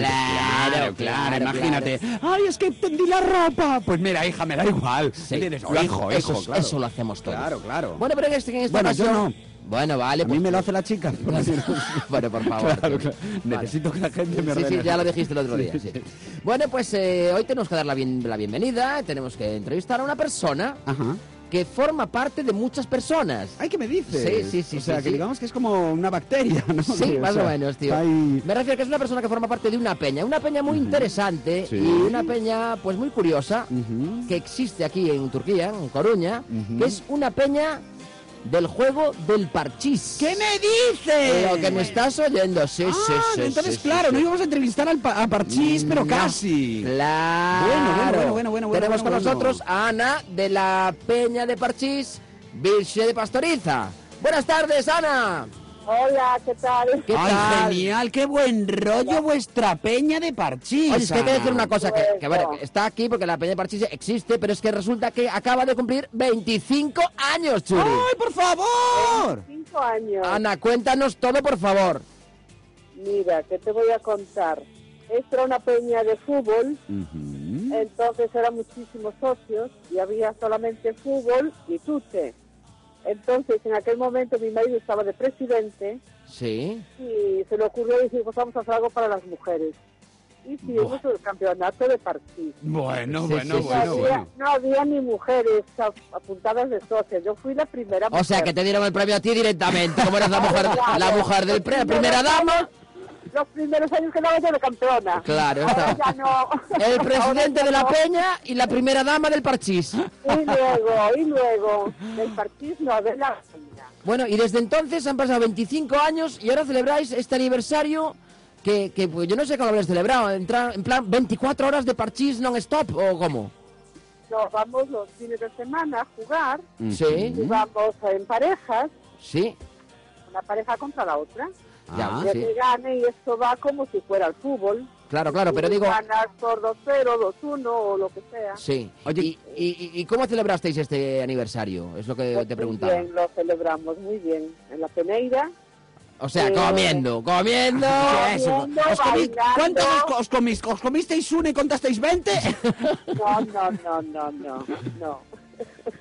A: claro,
B: Claro, claro,
A: imagínate. Ay, es que tendí la ropa. Pues mira, hija, me da igual.
B: Sí,
A: ¿Entiendes? O
B: lo-
A: hijo,
B: eso,
A: hijo, claro.
B: eso lo hacemos todos.
A: Claro, claro.
B: Bueno, pero en este, en esta
A: Bueno, yo
B: ocasión- Bueno, vale. pues
A: a mí me lo hace la *laughs* chica.
B: *laughs* bueno, por favor.
A: Claro,
B: tío.
A: claro.
B: Vale.
A: Necesito que la gente me
B: Sí,
A: ordene.
B: sí, ya lo dijiste el otro
A: *laughs*
B: día. sí. Bueno, pues eh, hoy tenemos que dar la, bien- la bienvenida. Tenemos que entrevistar a una persona
A: Ajá.
B: que forma parte de muchas personas.
A: Ay, ¿qué me dices?
B: Sí, sí, sí,
A: O sea,
B: sí,
A: que
B: sí.
A: digamos que es como una bacteria, ¿no?
B: Sí, más o
A: sea,
B: menos, tío.
A: ay,
B: Me refiero que es una persona que forma parte de una peña, una peña muy interesante
A: Sí.
B: y una peña pues muy curiosa
A: Ujú.
B: que existe aquí en Turquía, en Coruña,
A: Ujú.
B: que es una peña del juego del parchís.
A: ¿Qué me dices?
B: Lo que me estás oyendo, sí,
A: Ah,
B: sí, sí.
A: entonces
B: sí,
A: claro,
B: sí,
A: no
B: sí.
A: íbamos a entrevistar al pa- a Parchís, pero
B: No, Eh,
A: casi.
B: Claro.
A: Bueno, bueno, bueno, bueno, bueno,
B: Tenemos
A: bueno,
B: con
A: bueno.
B: nosotros a Ana de la Peña de Parchís, Virgen de Pastoriza. Buenas tardes, Ana.
I: Hola, ¿qué tal?
B: ¿Qué
A: Ay,
B: tal?
A: genial, qué buen rollo vuestra peña de Parchís.
B: Oye, es que hay que
A: Ana.
B: decir una cosa, que, que, vale,
I: Eso.
B: que está aquí porque la Peña de Parchís existe, pero es que resulta que acaba de cumplir 25 años, Churi.
A: ¡Ay, por favor!
I: Cinco años.
B: Ana, cuéntanos todo, por favor.
I: Mira, que te voy a contar. Esta era una peña de fútbol, entonces eran muchísimos socios y había solamente fútbol y tute. Entonces, en aquel momento mi marido estaba de presidente
B: Sí.
I: y se le ocurrió decir, pues vamos a hacer algo para las mujeres. Y hicimos el campeonato de partido.
A: Bueno,
B: Sí,
A: bueno,
B: sí, sí,
A: bueno,
I: no, había,
A: bueno.
I: no había ni mujeres a- apuntadas de socias. Yo fui la primera
B: O sea,
I: mujer.
B: que te dieron el premio a ti directamente, como eres la mujer, la
I: *laughs* Claro.
B: mujer del pre, la primera dama.
I: Los primeros años que daba yo de campeona.
B: Claro,
I: Ahora
B: está.
I: ya no.
B: El
I: Ahora
B: presidente
I: ya
B: de la
I: no.
B: Peña y la primera dama del Parchís.
I: Y luego, y luego, del parquismo de la peña.
B: Bueno, y desde entonces han pasado 25 años y ahora celebráis este aniversario que, que, pues, yo no sé cómo lo habéis celebrado. Entra- en plan, 24 horas de Parchís non-stop o cómo.
I: Nos vamos los fines de semana a jugar,
B: Sí,
I: jugamos en parejas,
B: sí.
I: una pareja contra la otra.
B: Ya,
I: Y el
B: Ah, sí.
I: que gane, y esto va como si fuera el fútbol.
B: Claro, claro, pero
I: Y
B: digo...
I: Ganas por 2-0, 2-1 o lo que sea.
B: Sí.
A: Oye,
B: ¿Y, y, y cómo celebrasteis este aniversario? Es lo que
I: Pues
B: te
I: muy
B: preguntaba.
I: bien, lo celebramos muy bien. En la Peneira,
B: O sea,
I: Eh,
B: comiendo, comiendo.
A: Eso.
I: Comiendo,
A: ¿Os comi-
I: bailando.
A: ¿Cuántos os, os comis- os comisteis uno y contasteis 20?
I: no, no, no, no, no, no.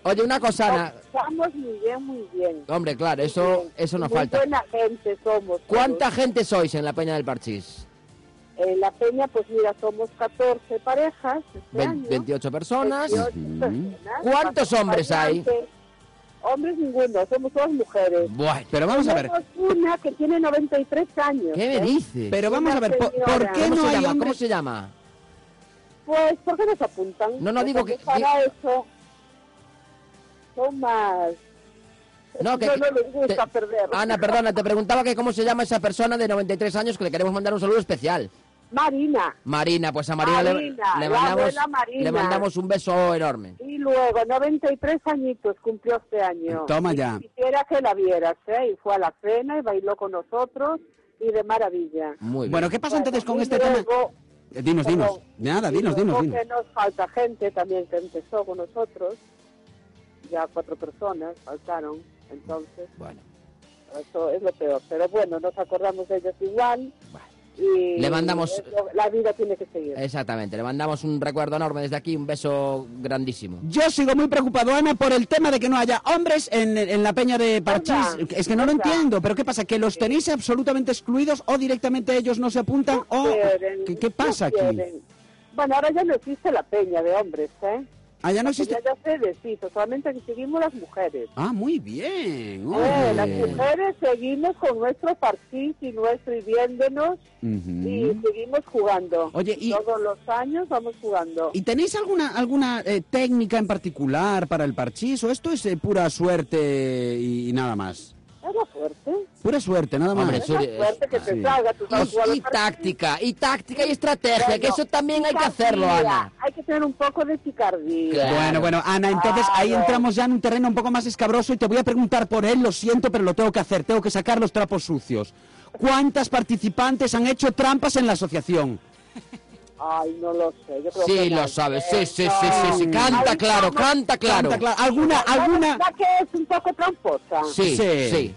B: Oye, una cosa, Ana.
I: Estamos muy bien, muy bien.
B: Hombre, claro, eso, eso no
I: Muy
B: falta.
I: buena gente somos.
B: ¿Cuánta gente sois en la Peña del Parchís?
I: En la peña, pues mira, somos 14 parejas este
B: Ve-
I: año.
B: 28 personas.
I: 28 personas.
B: ¿Cuántos hombres hay?
I: Hombres ninguno, somos todas mujeres.
B: Bueno,
A: Pero vamos a ver,
I: Tenemos una que tiene 93 años.
B: ¿qué me
I: ¿eh?
B: dices?
A: pero vamos a ver, ¿por,
I: señora.
A: por qué
B: ¿Cómo,
A: no
B: se
A: hay
B: llama? ¿Cómo
A: hombres?
B: se llama?
I: Pues, ¿por qué nos apuntan? Pues,
B: No, no, digo que-
I: Para eso son más...
B: No, que-
I: no, no les gusta
B: te-
I: perder.
B: Ana, perdona, te preguntaba que cómo se llama esa persona de 93 años que le queremos mandar un saludo especial.
I: Marina.
B: Marina, pues a Marina, le-
I: Marina,
B: le,
I: la
B: mandamos,
I: abuela Marina.
B: le mandamos un beso enorme.
I: Y luego, 93 añitos cumplió este año.
A: Toma ya.
I: Y quisiera que la vieras, ¿eh? Y fue a la cena y bailó con nosotros y de maravilla.
B: Muy bien.
A: Bueno, ¿qué pasa entonces con
I: Y
A: este tema?
I: luego-
A: Eh, Dinos, dinos.
I: perdón,
A: Nada,
I: y
A: dinos, dinos,
I: luego
A: dinos.
I: que nos falta gente también que empezó con nosotros. Ya cuatro personas faltaron, entonces.
B: Bueno.
I: Eso es lo peor. Pero bueno, nos acordamos de ellos igual. Y
B: Le mandamos-
I: es lo- La vida tiene que seguir.
A: Eh,
B: Exactamente, le mandamos un recuerdo enorme desde aquí, un beso grandísimo.
A: Yo sigo muy preocupado, Ana, por el tema de que no haya hombres en, en la peña de Parchís.
I: Anda,
A: Es que no lo
I: anda.
A: entiendo, pero ¿qué pasa? ¿Que los tenéis absolutamente excluidos o directamente ellos no se apuntan? o
I: Oh, Quieren,
A: ¿qué, qué
I: no
A: pasa aquí?
I: quieren. Bueno, ahora ya no existe la peña de hombres, ¿eh?
A: Ah, ya no
I: Pues
A: existe.
I: Ya, ya se deshizo, solamente que seguimos las mujeres.
A: Ah, muy bien.
I: Eh, las
A: oye.
I: mujeres seguimos con nuestro partido y nuestro y viéndonos y seguimos jugando.
A: Oye, y-
I: Todos los años vamos jugando.
A: ¿Y tenéis alguna alguna eh, técnica en particular para el parchís o esto es eh, pura suerte y, y nada más?
I: Era fuerte.
A: Pura suerte, nada más.
B: Hombre,
I: Era
B: Sí, es-
I: fuerte que
A: sí.
I: te salga tu
B: Y, y táctica, y táctica y estrategia, que eso también hay que hacerlo, Ana.
I: Hay que tener un poco de picardía.
B: Claro.
A: Bueno, bueno, Ana, entonces
B: Ah,
A: ahí
I: Claro.
A: entramos ya en un terreno un poco más escabroso y te voy a preguntar por él, lo siento, pero lo tengo que hacer, tengo que sacar los trapos sucios. ¿Cuántas participantes han hecho trampas en la asociación?
I: Ay, no lo sé. Yo creo que
B: Sí,
I: no
B: lo sabes, sí,
I: sé,
B: sí,
I: no.
B: sí, sí, sí, canta
I: Ahí
B: claro,
I: estamos.
B: canta claro.
A: Canta, ¿Alguna, alguna?
I: La verdad que es un poco tramposa.
B: Sí,
A: Sí.
B: sí.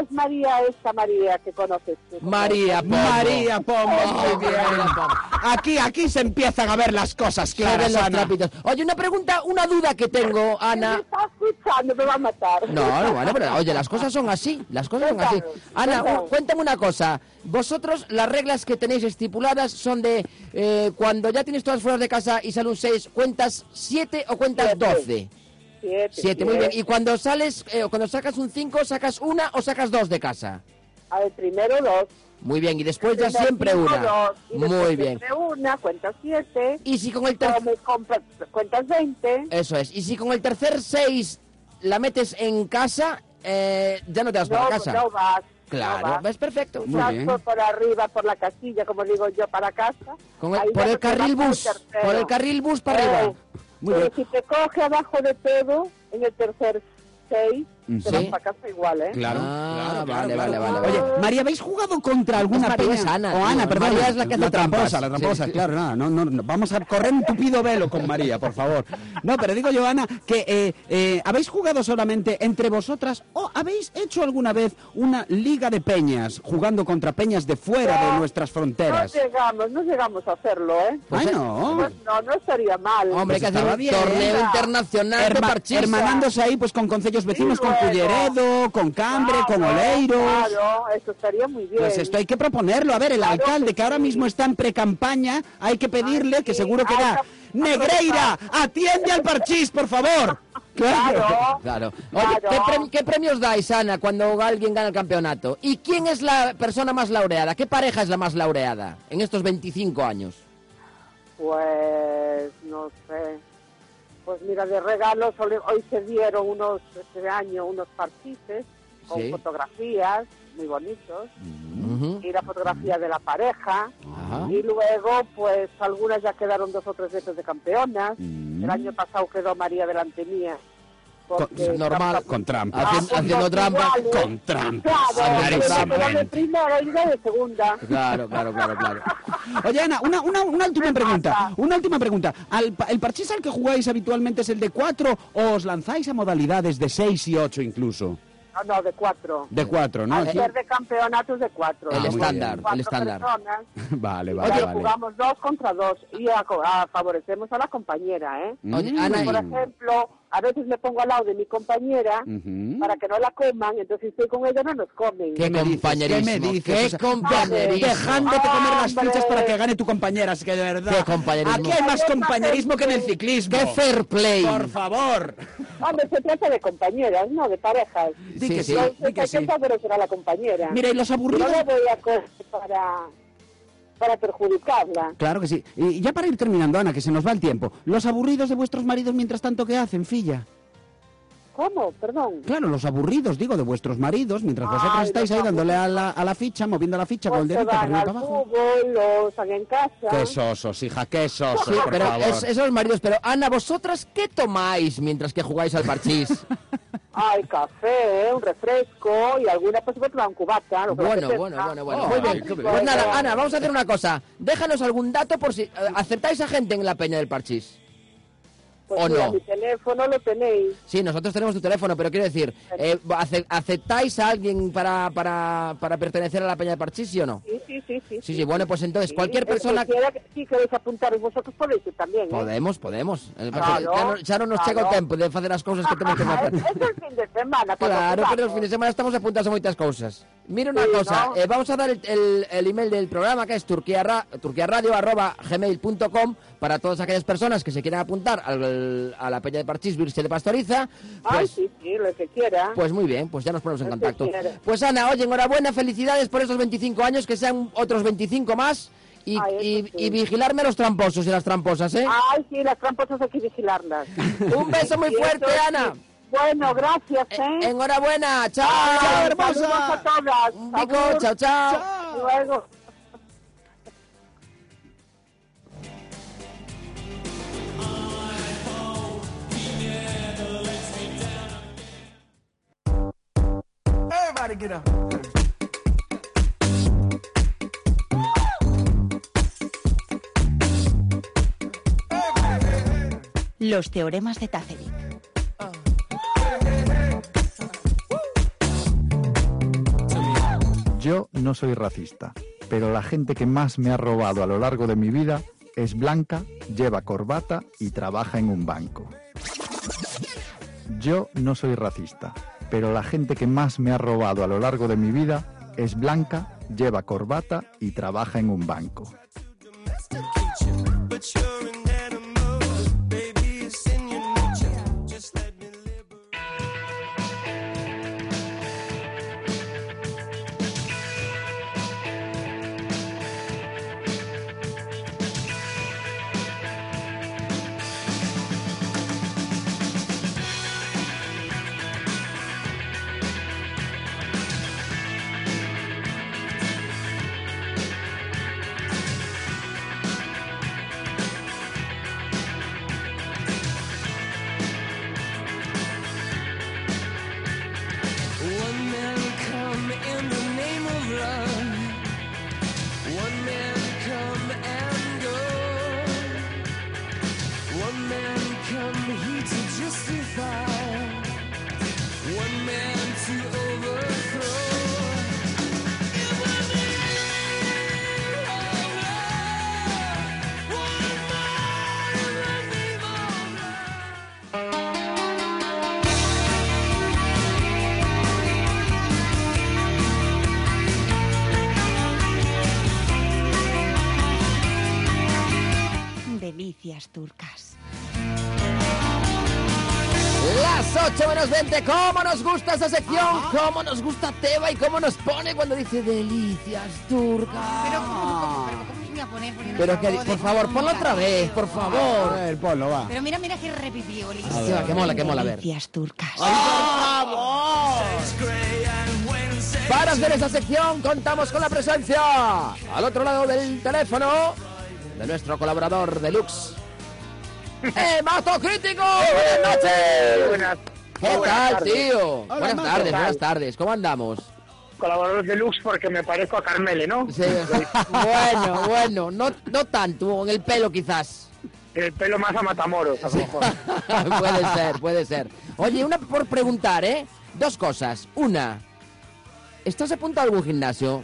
I: Es María, esta María que conoces tú.
B: María Pombo.
A: María Pombo,
B: Oh,
A: muy bien.
B: María Pombo.
A: Aquí, aquí se empiezan a ver las cosas
B: Se ven
A: claras,
B: los
A: Ana.
B: trapitos. Oye, una pregunta, una duda que tengo,
I: Me
B: Ana.
I: está escuchando, me va a matar.
B: No, no, bueno, pero oye, las cosas son así, las cosas son así.
I: Cuéntanos,
B: Ana,
I: cuéntanos.
B: u- cuéntame una cosa. Vosotros, las reglas que tenéis estipuladas son de eh, cuando ya tienes todas fuera de casa y sale un 6, ¿cuentas 7 o cuentas
I: Siete.
B: 12?
I: Siete,
B: 7, muy bien. Y cuando sales, eh, o cuando sacas un 5, ¿sacas una o sacas dos de casa?
I: A ver, primero dos.
B: Muy bien, y después Pues ya
I: Primero
B: siempre
I: cinco,
B: una.
I: dos, y después
B: Muy bien.
I: siempre una, cuentas siete.
B: Y si con el
I: luego
B: tercer...
I: me compras- cuentas veinte.
B: Eso es. Y si con el tercer 6 la metes en casa, eh, ya no te vas
I: no,
B: para casa.
I: no vas.
B: Claro,
I: no vas.
B: ves perfecto.
I: Un
B: Muy
I: paso
B: bien.
I: por arriba, por la casilla, como digo yo, para casa.
B: Con el-
I: Ahí
B: por
I: ya
B: el
I: no te
B: carril
I: vas
B: bus,
I: al tercero.
B: por el carril bus para
I: Eh,
B: arriba. Muy
I: pero
B: bien.
I: si te coge abajo de todo, en el tercer seis,
A: Mm,
I: te
A: sí.
I: vas para casa igual, ¿eh?
A: Claro,
B: Ah,
A: claro,
B: vale,
A: claro,
B: vale,
A: claro.
B: vale, vale.
A: Oye, María, ¿habéis jugado contra alguna
B: Es María,
A: peña?
B: es Ana,
A: o
B: tío.
A: Ana, perdón.
B: María es la que hace
A: tramposa,
B: trampas.
A: la tramposa,
B: Sí.
A: claro, nada, no, no, no, vamos a correr un tupido velo con María, por favor. No, pero digo yo, Ana, que eh, eh, ¿habéis jugado solamente entre vosotras o habéis hecho alguna vez una liga de peñas jugando contra peñas de fuera de
I: No,
A: nuestras
I: No
A: fronteras?
I: llegamos, no llegamos a hacerlo, ¿eh?
A: Ay, no.
I: Pues no, no estaría mal.
B: Hombre,
A: Pues
B: hay que hacer
A: estaba
B: un
A: bien.
B: torneo internacional de
A: Herma-
B: parchís.
A: hermanándose ahí pues con concellos vecinos, con
I: luego.
A: Culleredo, con Cambre,
I: Claro,
A: con Oleiros.
I: Claro, eso estaría muy bien.
A: Pues esto hay que proponerlo. A ver, el
I: Claro que
A: alcalde que ahora
I: Ah, pues sí.
A: mismo está en precampaña, hay que pedirle
I: Ay,
A: que
I: sí, Ah,
A: seguro que
I: hay
A: da.
I: que-
A: Negreira, atiende al parchís, por favor.
I: *laughs* Claro.
B: *laughs* Claro. Oye,
I: Claro.
B: ¿qué, pre- qué premios dais, Ana, cuando alguien gana el campeonato? ¿Y quién es la persona más laureada? ¿Qué pareja es la más laureada en estos 25 años?
I: Pues no sé. Pues mira, de regalos hoy- hoy se dieron unos este año unos parches con
B: Sí.
I: fotografías muy bonitos
B: Ujú.
I: y la fotografía de la pareja
B: Ajá.
I: y luego pues algunas ya quedaron dos o tres veces de campeonas.
B: Mm.
I: El año pasado quedó María delante mía. porque
B: Con- normal,
I: estaba-
A: Con trampa.
I: Ah,
B: Hacien-
I: pues
B: haciendo
I: los
B: trampa.
I: iguales.
A: Con trampa.
I: Claro, pero
A: Clarísimamente.
I: quedó de primera y yo de segunda.
B: Claro, claro, claro, claro.
A: Oye, Ana, una, una, una última pregunta. Una última pregunta. ¿Al pa- ¿El parchís al que jugáis habitualmente es el de cuatro o os lanzáis a modalidades de seis y ocho incluso?
I: No, no, de cuatro.
A: De cuatro, ¿no? Ah,
I: Al ser de campeonatos de cuatro.
B: El
I: ¿no?
B: estándar,
I: Cuatro
B: el estándar.
I: personas.
A: *laughs* Vale,
I: Y
A: vale,
I: claro,
A: vale.
I: jugamos dos contra dos y a- a- favorecemos a la compañera, ¿eh?
B: Oye,
A: Mm.
B: Ana,
I: Por
B: y-
I: ejemplo, a veces me pongo al lado de mi compañera
A: Ujú.
I: para que no la coman, entonces si estoy con ella no nos comen.
B: qué
A: me dices?
B: compañerismo.
A: ¿Qué me dices? O sea,
B: compañerismo.
A: Dejándote comer las
I: ¡Hombre!
A: fichas para que gane tu compañera, así que de verdad.
B: Qué compañerismo.
A: Aquí hay más compañerismo que en el ciclismo.
B: ¡Qué fair play!
A: Por favor.
I: Hombre, se trata de compañeras, no de parejas.
A: Di que sí,
B: sí.
I: Entonces
A: di que
I: hay
A: sí.
I: que favorecer a la compañera.
A: Mira, y los
I: no
A: aburridos.
I: la voy a coger para, para perjudicarla.
A: Claro que sí. Y ya para ir terminando, Ana, que se nos va el tiempo. Los aburridos de vuestros maridos, mientras tanto, ¿qué hacen, filla?
I: ¿Cómo? Perdón.
A: Claro, los aburridos, digo, de vuestros maridos, mientras
I: Ay,
A: vosotros estáis
I: los
A: ahí dándole a la, a la ficha, moviendo la ficha con el
I: Pues se
A: dedito para
I: van
A: arriba y
I: al
A: para abajo.
I: fútbol, o están en casa.
A: Qué sosos, hija, qué sosos,
B: Sí,
A: por
B: pero
A: favor.
B: es- esos maridos, pero Ana, ¿vosotras qué tomáis mientras que jugáis
A: *laughs*
B: al parchís?
I: Ay, café, un refresco y alguna, pues voy a tomar un cubata. lo que
B: Bueno,
I: apetezca.
B: bueno, bueno, bueno.
I: Ah,
B: Muy bien.
I: sí,
A: qué bien.
B: Pues nada,
I: bueno.
B: Ana, vamos a hacer una cosa. Déjanos algún dato por si eh, aceptáis a gente en la peña del parchís.
I: Pues
B: ¿o
I: mira,
B: no?
I: Mi teléfono lo tenéis.
B: Sí, nosotros tenemos tu teléfono, pero quiero decir, eh, ace- ¿aceptáis a alguien para, para, para pertenecer a la peña del parchís, sí o no?
I: Sí, sí, sí. Sí,
B: Sí, sí, bueno, pues entonces,
I: Sí,
B: cualquier
I: el que
B: persona...
I: quiera que- Sí, queréis apuntaros vosotros podéis también, ¿eh?
B: Podemos, podemos. El-
I: Claro,
B: ya, no, ya no nos
I: claro.
B: chega o tempo de facer as cousas que temos que
I: Ah, *laughs*
B: facer.
I: es, es el fin de semana.
B: *laughs*
I: cuando
B: Claro,
I: jugamos.
B: pero os fines de semana estamos apuntados a moitas cousas. Mira una
I: Sí,
B: cosa,
I: ¿no?
B: eh, vamos a dar el, el, el email del programa que es turquiarra- turquiarradio.gmail.com para todas aquellas personas que se quieran apuntar al- a la Peña de Parchís Virgen de Pastoriza.
I: Ay,
B: Pues,
I: sí, sí, lo que quiera.
B: pues muy bien, pues ya nos ponemos en
I: Pues
B: contacto.
I: quiero.
B: Pues Ana, oye, enhorabuena, felicidades por esos 25 años, que sean otros 25 más y,
I: Ay, eso
B: y,
I: sí.
B: y vigilarme a los tramposos y las tramposas, ¿eh?
I: Ay, sí, las tramposas hay que
B: *laughs*
I: vigilarlas.
B: Un beso muy
I: Y eso
B: fuerte,
I: sí.
B: Ana.
I: Bueno, gracias,
B: Eh,
I: ¿eh?
B: Enhorabuena, chao,
I: Ay,
B: chao,
I: saludos a
B: hermosa.
I: todas.
B: Un pico,
I: Abur.
B: chao, chao.
I: Luego.
E: Los teoremas de Tazevich.
J: Yo no soy racista, pero la gente que más me ha robado a lo largo de mi vida es blanca, lleva corbata y trabaja en un banco. Yo no soy racista, pero la gente que más me ha robado a lo largo de mi vida es blanca, lleva corbata y trabaja en un banco.
K: Thank
H: chicas turcas.
B: Las 8 menos 20, ¿cómo nos gusta esa sección? ¿Cómo nos gusta Teba y cómo nos pone cuando dice delicias turcas?
E: Pero, ¿cómo, pero ¿cómo os voy a poner? Porque no
B: Ah. Pero que,
E: acabo de-
B: por favor, ponlo otra vez, por favor.
A: A ver, ponlo, va.
E: Pero mira, mira que repitió, Liz.
B: Sí, va, que mola, que mola, a ver.
H: Delicias turcas.
B: Para hacer esta sección contamos con la presencia al otro lado del teléfono de nuestro colaborador *laughs* deluxe, el Mato Crítico. ¡Eh, Buenas noches.
I: Buenas-
B: ¿Qué
I: buenas
B: tal,
I: tardes.
B: tío?
I: Hola,
B: buenas
I: Mato.
B: tardes,
I: ¿Qué tal?
B: buenas tardes. ¿Cómo andamos?
I: Colaborador deluxe porque me parezco a Carmele, ¿no?
B: Sí. bueno, bueno, no, no tanto, en el pelo quizás.
I: El pelo más a Matamoros, a lo mejor.
B: *laughs* puede ser, puede ser. Oye, una por preguntar, ¿eh? Dos cosas. Una, ¿estás apuntado a algún gimnasio?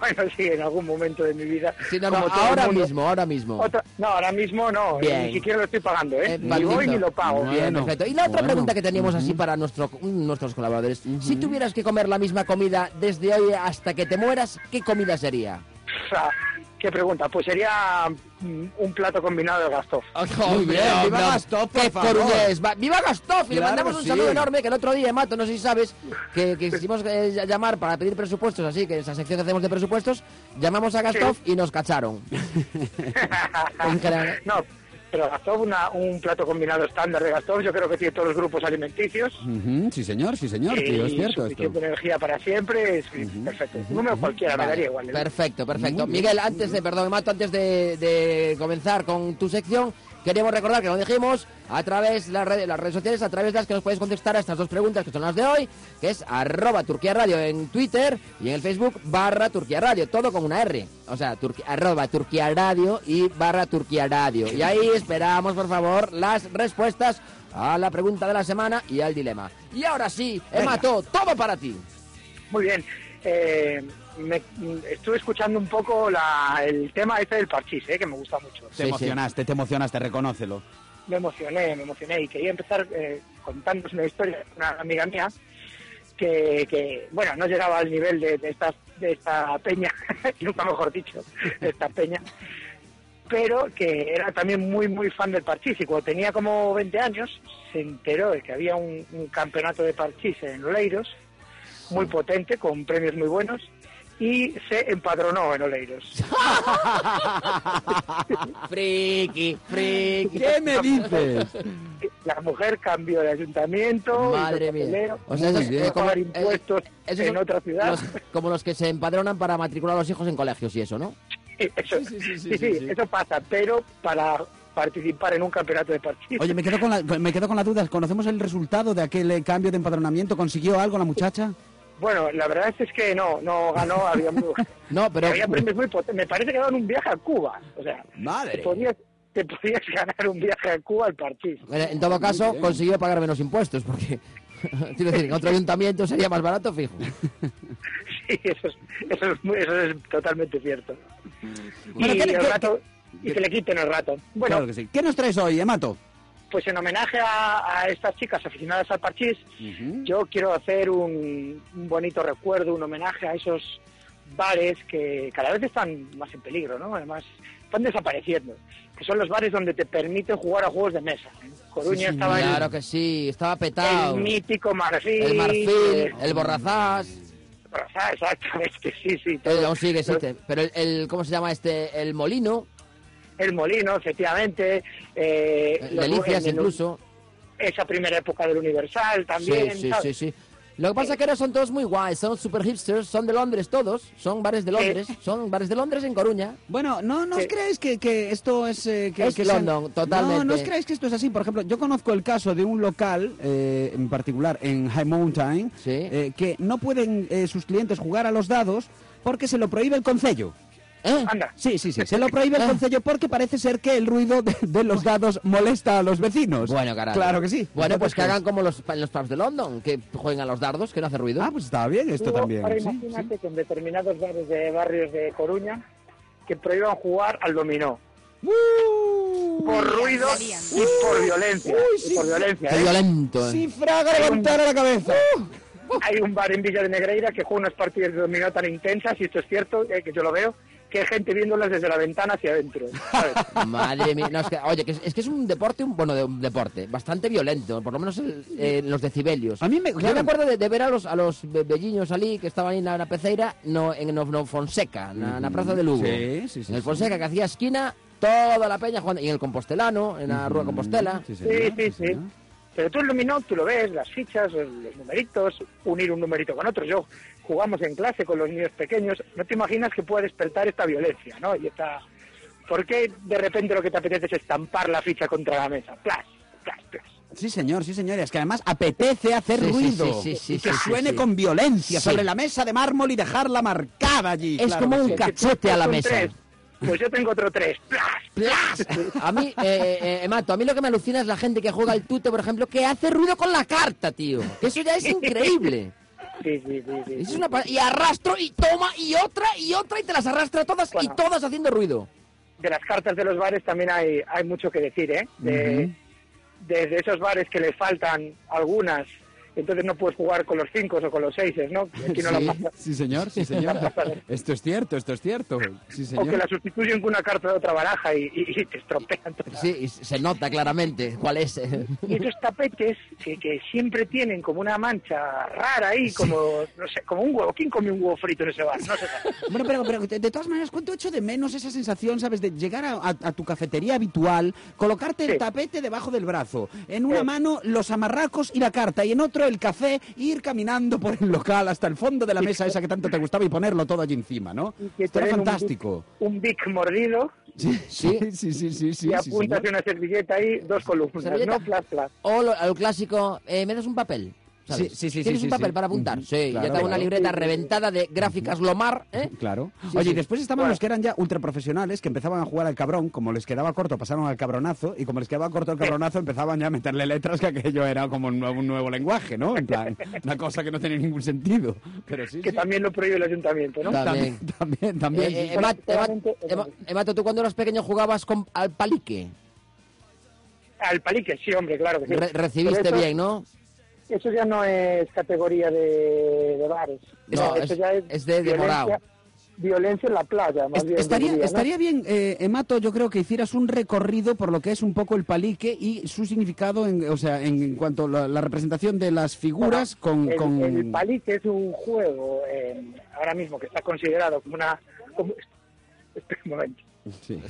I: Bueno, sí, en algún momento de mi vida.
B: Sí, no, no,
I: como todo el
B: ahora
I: mundo.
B: mismo, ahora mismo.
I: Otra- no, ahora mismo no. eh,
B: Bien.
I: Ni siquiera lo estoy pagando, ¿eh?
B: Eh,
I: ni
B: maldito.
I: voy ni lo pago.
B: Bien, perfecto. Y la otra
I: Bueno.
B: pregunta que teníamos así
I: Ujú.
B: para nuestro, nuestros colaboradores. Si tuvieras que comer la misma comida desde hoy hasta que te mueras, ¿qué comida sería?
I: O sea, ¿Qué pregunta? Pues sería mm, un plato combinado de Gastón.
B: Muy bien, viva Gastón, por favor. Va- ¡Viva Gastón! Y le
I: Claro,
B: mandamos un
I: sí.
B: saludo enorme que el otro día, Mato, no sé si sabes, que, que quisimos eh, llamar para pedir presupuestos, así que esa sección que hacemos de presupuestos, llamamos a Gastón y nos cacharon.
I: no, pero Gastón, una- un plato combinado estándar de Gastón, yo creo que tiene todos los grupos alimenticios.
A: Ujú, Sí, señor, sí, señor, tío, es
I: Y
A: cierto esto.
I: suficiente energía para siempre, es perfecto. Un Número cualquiera, me
B: Vale,
I: daría igual. ¿eh?
B: Perfecto, perfecto.
I: Muy bien.
B: Miguel, antes de, perdón, Mato, antes de, de comenzar con tu sección, queremos recordar que lo dijimos a través de las redes, las redes sociales, a través de las que nos puedes contestar a estas dos preguntas que son las de hoy, que es arroba Turquía Radio en Twitter y en el Facebook barra Turquía Radio, todo con una R. O sea, turqui- arroba Turquía Radio y barra Turquía Radio. Y ahí esperamos, por favor, las respuestas a la pregunta de la semana y al dilema. Y ahora sí, Emato, todo para ti.
I: Muy bien. Eh, me- mm, estuve escuchando un poco la- el tema este del parchís, eh, que me gusta mucho.
A: Te emocionaste, te emocionaste, reconócelo.
I: Me emocioné, me emocioné y quería empezar eh, contándoos una historia de una amiga mía que, que, bueno, no llegaba al nivel de, de estas- de esta peña, *laughs* nunca mejor dicho, de esta peña, pero que era también muy, muy fan del parchís y cuando tenía como 20 años se enteró de que había un, un campeonato de parchís en Oleiros, muy potente, con premios muy buenos, y se empadronó en Oleiros.
B: Friki, friki.
A: ¿Qué me dices?
I: La mujer cambió de ayuntamiento,
B: *laughs* Madre
I: hizo
B: mía.
I: papeleo,
B: O sea,
I: hizo
B: esos, eh, como-
I: pagar
B: eh,
I: impuestos
B: esos
I: en
B: son
I: otra ciudad. *laughs*
B: los- como los que se empadronan para matricular a los hijos en colegios y eso, ¿no?
I: Eso, sí, sí, eso pasa, pero para participar en un campeonato de partido.
A: Oye, me quedo, con la, me quedo con la duda. ¿Conocemos el resultado de aquel eh, cambio de empadronamiento? ¿Consiguió algo la muchacha?
I: Bueno, la verdad es que no, no ganó, había muy-
B: No, pero-
I: había premios muy potentes. Me parece que daban un viaje a Cuba. O sea,
A: Madre.
I: Te, podías, te podías *laughs* ganar un viaje a Cuba al partido.
B: Bueno, En todo caso, consiguió pagar menos impuestos, porque. *laughs* Quiero decir, en otro ayuntamiento sería más barato, fijo.
I: Sí, eso es, eso es, muy- eso es totalmente cierto.
A: Bueno,
I: y
A: ¿qué-
I: el
A: qué-
I: rato, y que le quiten el rato. Bueno,
A: Claro que sí. ¿Qué nos traes hoy, Emato?
I: pues en homenaje a, a estas chicas aficionadas al parchís, yo quiero hacer un, un bonito recuerdo, un homenaje a esos bares que cada vez están más en peligro, ¿no? Además, están desapareciendo, que son los bares donde te permiten jugar a juegos de mesa. En Coruña
B: Sí, sí,
I: estaba el-
B: claro que sí, estaba petado.
I: el, mítico Marfil.
B: El marfil, el borrazás.
I: Borrazás, exactamente, *laughs* sí, sí.
B: Eh, aún sigue, existe. Pero el, el- ¿Cómo se llama este? El molino.
I: El molino, efectivamente. eh,
B: Eh,
I: los-
B: Delicias,
I: en el-
B: incluso.
I: Esa primera época del Universal también.
B: Sí, sí,
I: ¿sabes? Eh.
B: sí, sí. Lo que pasa es que ahora son todos muy guays, son super hipsters, son de Londres todos, son bares de Londres, son bares de Londres en Coruña.
A: Bueno, no, no os creéis que, que esto es... eh, que,
B: Es
A: que
B: London,
A: No,
B: totalmente.
A: No, os creéis que esto es así. Por ejemplo, yo conozco el caso de un local, eh, en particular en High Mountain, eh, que no pueden eh, sus clientes jugar a los dados porque se lo prohíbe el concello.
B: ¿eh?
I: Anda.
A: Sí, sí, sí. Se lo prohíbe
B: *laughs*
A: el concello porque parece ser que el ruido de, de los dados molesta a los vecinos.
B: Bueno, carajo.
A: Claro que sí.
B: Bueno, pues
A: Entonces,
B: que hagan como los, en los pubs de London, que jueguen a los dardos, que no hace ruido. Ah,
A: pues está bien
I: Luego,
A: ¿eh?
I: Ahora imagínate que en determinados bares de barrios de Coruña que prohíban jugar al dominó.
A: ¡Uh!
I: por ruido y por violencia.
A: Uy,
I: y
A: sí,
I: por
A: sí.
I: violencia.
A: Qué
I: ¿eh?
A: violento, eh. Sí, Fraga, levantar a la cabeza.
I: Hay un bar en Villa de Negreira que juega unas partidas de dominó tan intensas, y esto es cierto, eh, que yo lo veo, que hay gente viéndolas desde la ventana hacia adentro. ¿sabes?
A: *laughs*
B: Madre mía, no, es que, oye, que es, es que es un deporte, un, bueno, de un deporte bastante violento, por lo menos el- eh, los decibelios.
A: A mí me-
B: yo me acuerdo de, de ver a los a los be- belliños allí que estaban ahí en la, na Peceira, no, en no, no Fonseca, na, na Praza de Lugo.
A: Sí, sí, sí,
B: en el
A: sí.
B: Fonseca que hacía esquina, toda la peña jugando, y en el Compostelano, en la Rúa Compostela.
I: Sí, sí, sí. Pero tú el Luminó, tú lo ves, las fichas, los numeritos, unir un numerito con otro. Yo jugamos en clase con los niños pequeños. No te imaginas que pueda despertar esta violencia, ¿no? Y esta... ¿Por qué de repente lo que te apetece es estampar la ficha contra la mesa? ¡Plas! ¡Plas! ¡Plas!
A: Sí, señor, sí, señor. Es que además apetece hacer
B: Sí, sí,
A: ruido.
B: sí, sí, sí,
A: y que
B: sí, sí,
A: suene
B: sí.
A: con violencia
B: Sí.
A: sobre la mesa de mármol y dejarla marcada allí.
B: Es como un
A: que sí.
B: cachete a la
I: Son
B: mesa.
I: tres. Pues yo tengo otro tres. ¡Plas!
B: ¡Plas! A mí, eh, eh, eh, Mato, a mí lo que me alucina es la gente que juega al tute, por ejemplo, que hace ruido con la carta, tío. Que eso
A: *laughs*
B: ya es increíble.
I: Sí, sí, sí. sí,
B: Eso
I: sí.
B: es una pa- y arrastro, y toma, y otra, y otra, y te las arrastra todas, y todas haciendo ruido.
I: de las cartas de los bares también hay, hay mucho que decir, ¿eh? De, Desde esos bares que le faltan algunas, entonces no puedes jugar con los cinco o con los seises, ¿no? Aquí no la
A: Sí,
I: pasa.
A: sí, señor, sí, señor.
I: *laughs*
A: Esto es cierto, esto es cierto. Sí,
I: O que
A: señor.
I: la sustituyen con una carta de otra baraja y, y- y te estropean. todo.
B: Sí, y se nota claramente cuál
I: *laughs*
B: es.
I: Y esos tapetes que, que siempre tienen como una mancha rara ahí, como, no sé, como un huevo. ¿Quién come un huevo frito en ese bar? No sé.
A: Bueno, pero, pero de de todas maneras, ¿cuánto echo de menos esa sensación, sabes, de llegar a, a- a tu cafetería habitual, colocarte el
I: Sí.
A: tapete debajo del brazo, en una mano los amarracos y la carta, y en otro el café, e ir caminando por el local hasta el fondo de la mesa esa que tanto te gustaba y ponerlo todo allí encima, ¿no?
I: Y que
A: Esto era
I: te den un-
A: fantástico.
I: Un bic mordido
A: Sí, sí, sí, sí, sí, sí,
I: y
A: sí,
I: apuntas
A: señor.
I: una servilleta ahí, dos columnas,
B: Servilleta.
I: ¿no? Plas, plas.
B: O lo, a lo clásico, eh, me das un papel. ¿sabes?
A: Sí, sí, sí,
B: ¿Tienes
A: sí,
B: un
A: sí.
B: papel para apuntar?
A: Ujú,
B: Sí, ya
A: claro,
B: te hago una
A: claro.
B: libreta reventada de gráficas Lomar, ¿eh?
A: Claro.
B: Sí,
A: Oye, y
B: sí.
A: después estaban
I: Bueno.
A: los que eran ya ultraprofesionales, que empezaban a jugar al cabrón, como les quedaba corto, pasaron al cabronazo, y como les quedaba corto el cabronazo, empezaban ya a meterle letras que aquello era como un nuevo, un nuevo lenguaje, ¿no? En plan, una cosa que no tenía ningún sentido. Pero sí,
I: que
A: sí.
I: también lo prohíbe el ayuntamiento, ¿no?
A: También,
B: También.
A: también, también.
B: Eh, eh,
I: Bueno,
B: Ema- Ema-
I: realmente-
B: Ema- Emato, tú cuando eras pequeño jugabas con, al palique.
I: Al palique, sí, hombre, claro que sí.
B: Re- recibiste
I: Pero eso-
B: bien, ¿no?
I: Eso ya no es categoría de, de bares.
B: No,
I: eso
B: es- es de- de morao.
I: Violencia en la playa, más
A: Est-
I: bien.
A: estaría,
I: diría, ¿no?
A: estaría bien, eh, Emato, yo creo que hicieras un recorrido por lo que es un poco el palique y su significado, en, o sea, en, en cuanto a la, la representación de las figuras con...
I: el,
A: con-
I: el palique es un juego eh, ahora mismo que está considerado como una. como- *laughs* espera un momento.
A: Sí.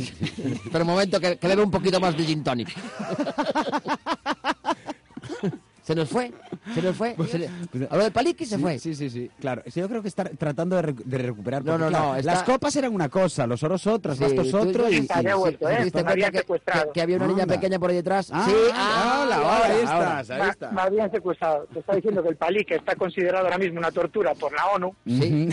B: Pero un momento, que, que bebe un poquito más de gin tonic.
A: *laughs*
B: se nos fue, se nos fue. se le- A lo del palique se
A: Pues, Sí,
B: fue.
A: Sí, sí, sí, claro. Sí, yo creo que está tratando de, recu- de recuperar.
B: No,
A: porque,
B: no,
A: claro,
B: no, está-
A: Las copas eran una cosa, los oros otras,
B: Sí,
A: bastos
B: tú- tú-
A: otros.
B: sí,
A: y-
B: sí,
A: y-
I: había
B: sí,
I: vuelto,
B: sí,
I: ¿eh?
B: ¿te diste
I: Me
B: cuenta
I: habían
B: que-
I: secuestrado.
B: que- Que había una niña
A: Anda.
B: pequeña por ahí detrás.
A: Ah,
B: sí,
A: ah, hola,
B: ahora,
A: hola, ahí
B: ahora.
A: estás, ahí
I: Ma-
A: estás.
I: Me habían secuestrado. Te está diciendo que el palique está considerado ahora mismo una tortura por la ONU.
B: Sí.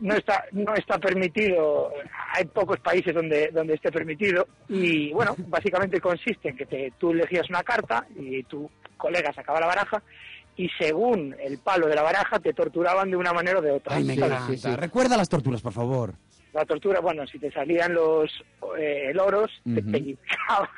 I: no está no está permitido hay pocos países donde donde esté permitido y bueno básicamente consiste en que te- tú elegías una carta y tu colega sacaba la baraja y según el palo de la baraja te torturaban de una manera o de otra
A: Ay, me
I: O sea,
A: encanta. Recuerda las torturas, por favor.
I: la tortura bueno si te salían los eh, el oros te
A: Ujú.
B: *laughs*
I: pellizcaban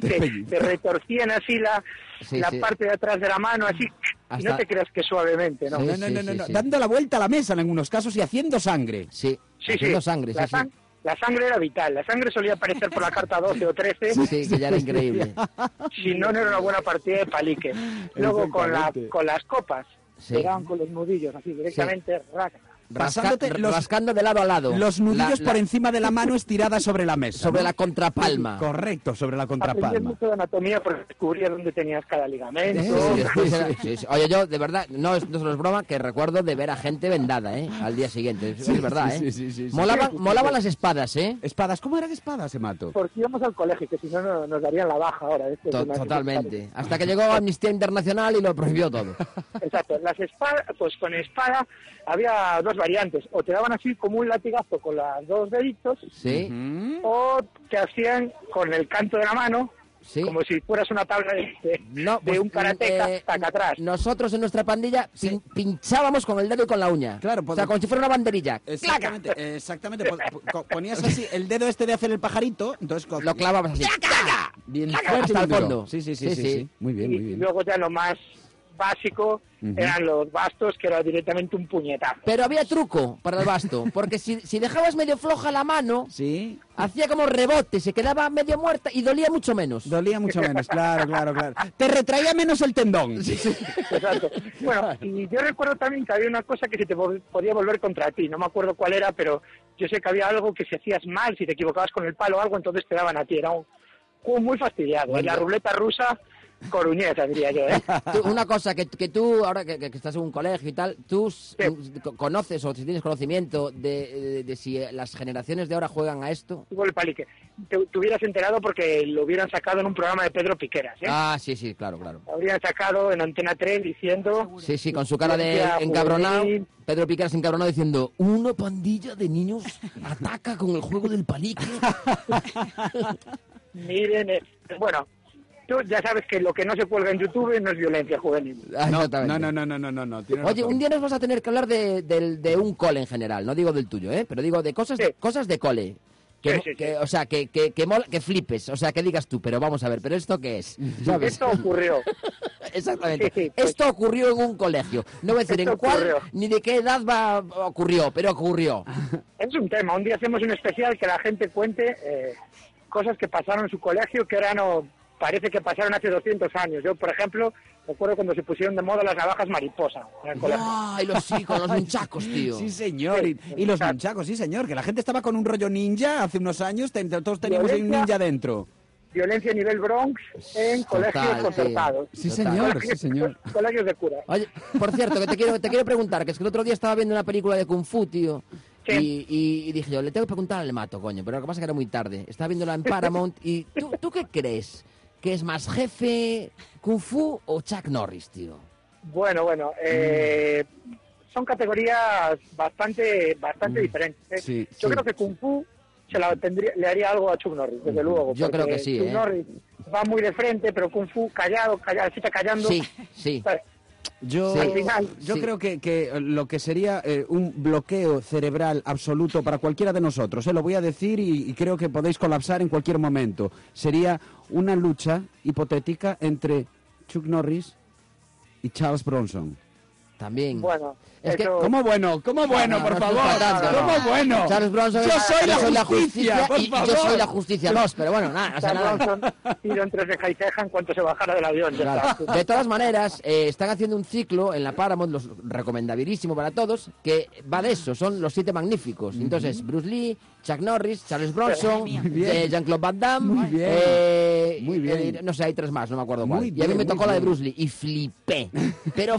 I: te,
A: pellizcaban.
I: te retorcían así la
B: Sí,
I: la
B: sí.
I: parte de atrás de la mano así y
B: Hasta-
I: no te creas que suavemente no
B: Sí,
A: No,
B: sí,
A: no, no, no,
B: sí,
A: no,
B: sí.
A: Dando la vuelta a la mesa en algunos casos y haciendo sangre.
B: Sí,
I: Sí,
B: haciendo
I: sí.
B: sangre, sí,
I: la,
B: sí.
I: sang- la sangre era vital. La sangre solía aparecer por la carta 12 o 13.
B: Sí, que ya era increíble.
I: Si no, no era una buena partida de palique. Luego con, la,
A: Exactamente.
I: con las copas.
B: Sí.
I: Llegaban con los nudillos así directamente. raca.
A: *laughs* Pasándote
B: Rasca-
A: los-
B: rascando de lado a lado.
A: Los nudillos
B: La- la-
A: por encima de la mano estirada sobre la mesa.
B: Sobre
A: ¿no?
B: la contrapalma.
A: Correcto, sobre la
I: Aprendías
A: contrapalma.
I: mucho de anatomía porque descubrías dónde tenías cada ligamento.
B: Sí,
A: Oh.
B: sí, después era- sí, sí. Oye, yo de verdad, no, es- no solo es broma, que recuerdo de ver a gente vendada, ¿eh? Al día siguiente. Es, es verdad,
A: sí,
B: ¿eh?
A: sí, sí, sí.
B: Molaban, molaban las espadas, ¿eh?
A: Espadas, ¿cómo eran espadas, Emato?
I: Porque íbamos al colegio, que si no, no nos darían la baja ahora. este
B: To-
I: es una-
B: totalmente. Hasta que llegó Amnistía Internacional y lo prohibió todo.
I: Exacto, las espadas, pues con espada había dos variantes. O te daban así como un latigazo con los dos deditos,
B: Sí,
I: o te hacían con el canto de la mano,
B: sí.
I: como si fueras una tabla de, de-
B: No,
I: de
B: pues,
I: un karateca
B: eh,
I: taca atrás.
B: Nosotros en nuestra pandilla pin- pinchábamos con el dedo y con la uña.
A: Claro, Eh, pues-
B: o sea, como si fuera una banderilla.
A: Exactamente, exactamente. Po- po- co- Ponías así el dedo este de hacer el pajarito, entonces co-
B: Lo clavabas así.
A: bien
B: ¡Claca!
A: fuerte y
B: Hasta el
A: duro.
B: fondo.
A: Sí, sí, sí,
B: Sí,
A: sí,
B: sí.
A: sí. Muy bien,
I: y,
A: muy
I: y
A: bien.
I: luego ya lo más básico
B: Ujú.
I: eran los bastos, que era directamente un puñetazo.
B: Pero había truco para el basto, porque si, si dejabas medio floja la mano, hacía como rebote, se quedaba medio muerta y dolía mucho menos.
A: Dolía mucho menos, claro, claro, claro. Te retraía menos el tendón.
I: Exacto.
B: *laughs*
I: Bueno, y yo recuerdo también que había una cosa que se te vol- podía volver contra ti, no me acuerdo cuál era, pero yo sé que había algo que si hacías mal, si te equivocabas con el palo o algo, entonces te daban a ti, era un juego muy fastidiado. Y la ruleta rusa, coruñesa, diría yo,
B: *laughs*
I: ¿eh?
B: Tú, una cosa que, que tú, ahora que, que- que estás en un colegio y tal, tú s- eh, co- conoces o si tienes conocimiento de, de- de si eh, las generaciones de ahora juegan a esto.
I: Fútbol palique. Te, te hubieras enterado porque lo hubieran sacado en un programa de Pedro Piqueras, ¿eh?
B: Ah, sí, sí, claro, claro.
I: Lo habrían sacado en Antena 3 diciendo...
B: Sí, sí, con su cara de
I: Violencia
B: encabronado,
I: juvenil.
B: Pedro Piqueras encabronado diciendo, una pandilla de niños ataca con el juego
A: *laughs*
B: del palique.
I: Miren, eh, bueno, tú ya sabes que lo que no se cuelga en YouTube no es violencia juvenil.
B: Ah,
A: No, no, no, no, no, no, no, no.
I: *laughs*
A: tienes
B: Oye,
A: razón.
B: un día nos vas a tener que hablar de, del- de un cole en general, no digo del tuyo, ¿eh? pero digo de cosas, cosas de cole. Que,
I: Sí, sí,
B: que- O sea, que, que, que, mola- que flipes, o sea, que digas tú, pero vamos a ver, ¿pero esto qué
I: *laughs*
B: es? ¿Sabes?
I: Esto ocurrió.
B: *laughs* Exactamente.
I: Sí, sí, pues-
B: Esto ocurrió en un colegio. No voy a decir
I: Esto
B: en cuál
I: ocurrió.
B: ni de qué edad va, ocurrió, pero ocurrió.
I: Es un tema. Un día hacemos un especial que la gente cuente eh, cosas que pasaron en su colegio que eran o parece que pasaron hace 200 años. Yo, por ejemplo, recuerdo cuando se pusieron de moda las navajas mariposa en el *laughs* colegio.
B: ¡Ay, los hijos, los nunchacos, tío!
A: Sí, señor. Y, y los nunchacos, sí, señor. Que la gente estaba con un rollo ninja hace unos años. ten- todos teníamos ahí un
I: Violencia.
A: ninja dentro.
I: Violencia a nivel Bronx
B: Pues,
I: en
B: Total,
I: colegios
B: sí.
I: concertados.
A: Sí,
B: Total.
A: señor, sí, señor.
I: Colegios de cura.
B: Oye, por cierto, que te quiero, te quiero preguntar, que es que el otro día estaba viendo una película de Kung Fu, tío. Y, y- y dije yo, le tengo que preguntar al mato, coño, pero lo que pasa es que era muy tarde. Estaba viéndola en Paramount y ¿tú, tú qué crees? ¿Que es más jefe Kung Fu o Chuck Norris, tío?
I: Bueno, bueno, eh, son categorías bastante bastante diferentes. ¿eh?
A: Mm. sí,
I: Yo
A: sí,
I: creo que Kung Fu se la tendría, le haría algo a Chuck Norris, desde
A: Mm,
I: luego.
B: Yo creo
I: porque
B: que sí,
I: Chuck
B: ¿eh?
I: Norris va muy de frente, pero Kung Fu callado, callado, se está callando.
B: Sí,
I: *laughs*
B: sí.
I: ¿sabes?
A: Yo,
I: Al final,
A: yo
I: sí.
A: creo que, que lo que sería eh, un bloqueo cerebral absoluto para cualquiera de nosotros, eh, lo voy a decir y, y creo que podéis colapsar en cualquier momento, sería una lucha hipotética entre Chuck Norris y Charles Bronson.
B: También.
I: Bueno,
B: Es que-
I: eso-
A: ¿Cómo bueno? ¿Cómo bueno,
B: No, no,
A: por
B: no
A: favor?
B: es tanto, no.
A: ¿Cómo bueno?
B: Charles Bronson
A: yo
B: es-
A: soy la
B: yo soy la
A: justicia,
B: justicia
A: por
B: y yo
A: favor.
B: soy la justicia dos, pero bueno, nada, o sea,
I: Charles
B: nada.
I: Bronson, tiro entre ceja y ceja en cuanto se bajara del avión. ya
B: Claro.
I: está.
B: De todas maneras, eh, están haciendo un ciclo en la Paramount, los recomendabilísimo para todos, que va de eso, son los siete magníficos. Entonces, Bruce Lee, Chuck Norris, Charles Bronson,
A: Muy bien.
B: eh, Jean-Claude Van Damme,
A: Muy bien.
B: eh,
A: Muy bien.
B: eh, no sé, hay tres más, no me acuerdo cuál.
A: Muy
B: y a mí
A: bien,
B: me
A: muy
B: tocó la de
A: bien.
B: Bruce Lee y flipé, pero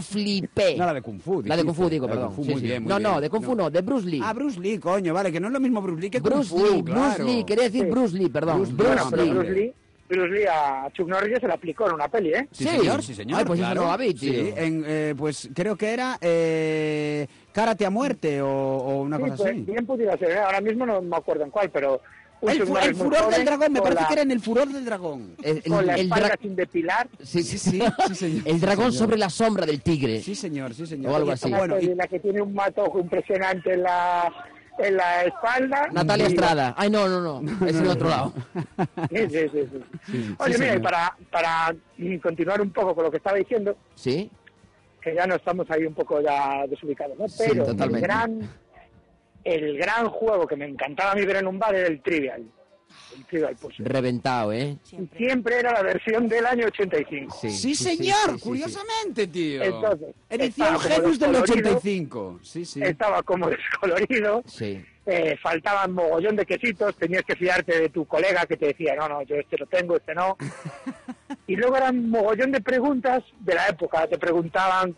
A: *laughs*
B: flipé.
A: No, la de Kung Fu.
B: La de Kung Fu,
A: dijiste.
B: digo,
A: La de
B: perdón.
A: Kung Fu,
B: Sí,
A: muy
B: sí.
A: bien, muy
B: no, no,
A: bien.
B: de Kung Fu no, de Bruce Lee.
A: Ah, Bruce Lee, coño, vale, que no es lo mismo Bruce Lee que
B: Bruce
A: Kung Fu,
B: Lee,
A: claro.
B: Bruce Lee, quería decir
I: Sí.
B: Bruce Lee, perdón.
A: Bruce Lee,
B: Bruce,
I: Bueno, pero
B: Lee.
I: Bruce Lee, Bruce Lee a Chuck Norris ya se la aplicó en una peli, ¿eh?
A: Sí,
B: Sí.
A: señor, sí, señor.
B: Ay, pues eso
A: claro.
B: no lo vi, tío.
A: Sí, en, eh, pues creo que era eh, Karate a muerte o, o una
I: Sí,
A: cosa
I: pues,
A: así.
I: bien pudiera ser. ¿eh? Ahora mismo no me acuerdo en cuál, pero... un
A: El,
I: Chuck
A: fu-
I: Norris
A: el
I: muy
A: furor
I: joven,
A: del dragón, me
I: con
A: parece
I: la-
A: que era en el furor del dragón.
B: El, el-
I: Con la
B: el
I: espalda
B: dra-
I: sin depilar.
B: sí, sí, sí.
A: sí, señor.
B: El dragón
A: Sí, señor.
B: sobre la sombra del tigre.
A: Sí, señor, sí, señor.
B: O algo
A: Y-
B: así.
A: Bueno,
I: Una
A: y-
I: peli en la que tiene un matojo impresionante en la, en la espalda.
B: Natalia
I: Y-
B: Estrada. Ay,
A: *laughs*
B: no, no, no. Es el otro lado.
I: *laughs* Sí, sí, sí, sí.
A: Sí,
I: Oye,
A: sí,
I: mira, y
A: señor.
I: para, para mm, continuar un poco con lo que estaba diciendo,
B: ¿Sí?
I: que ya no estamos ahí un poco ya desubicados, ¿no?
B: Sí,
I: Pero el,
B: totalmente.
I: gran, el gran juego que me encantaba a mí ver en un bar era el Trivial. El Trivial Puzzle.
B: Reventado, ¿eh?
I: Y siempre era la versión del año 85.
B: Sí,
A: Sí, señor, curiosamente, tío.
I: Entonces,
A: Edición
I: estaba como
A: Genus del
I: descolorido.
A: 85. Sí, sí.
I: Estaba como *laughs* descolorido.
B: Sí.
I: eh, faltaban mogollón de quesitos, tenías que fiarte de tu colega que te decía, no, no, yo este lo tengo,
B: *laughs*
I: este no. y luego eran mogollón de preguntas de la época, te preguntaban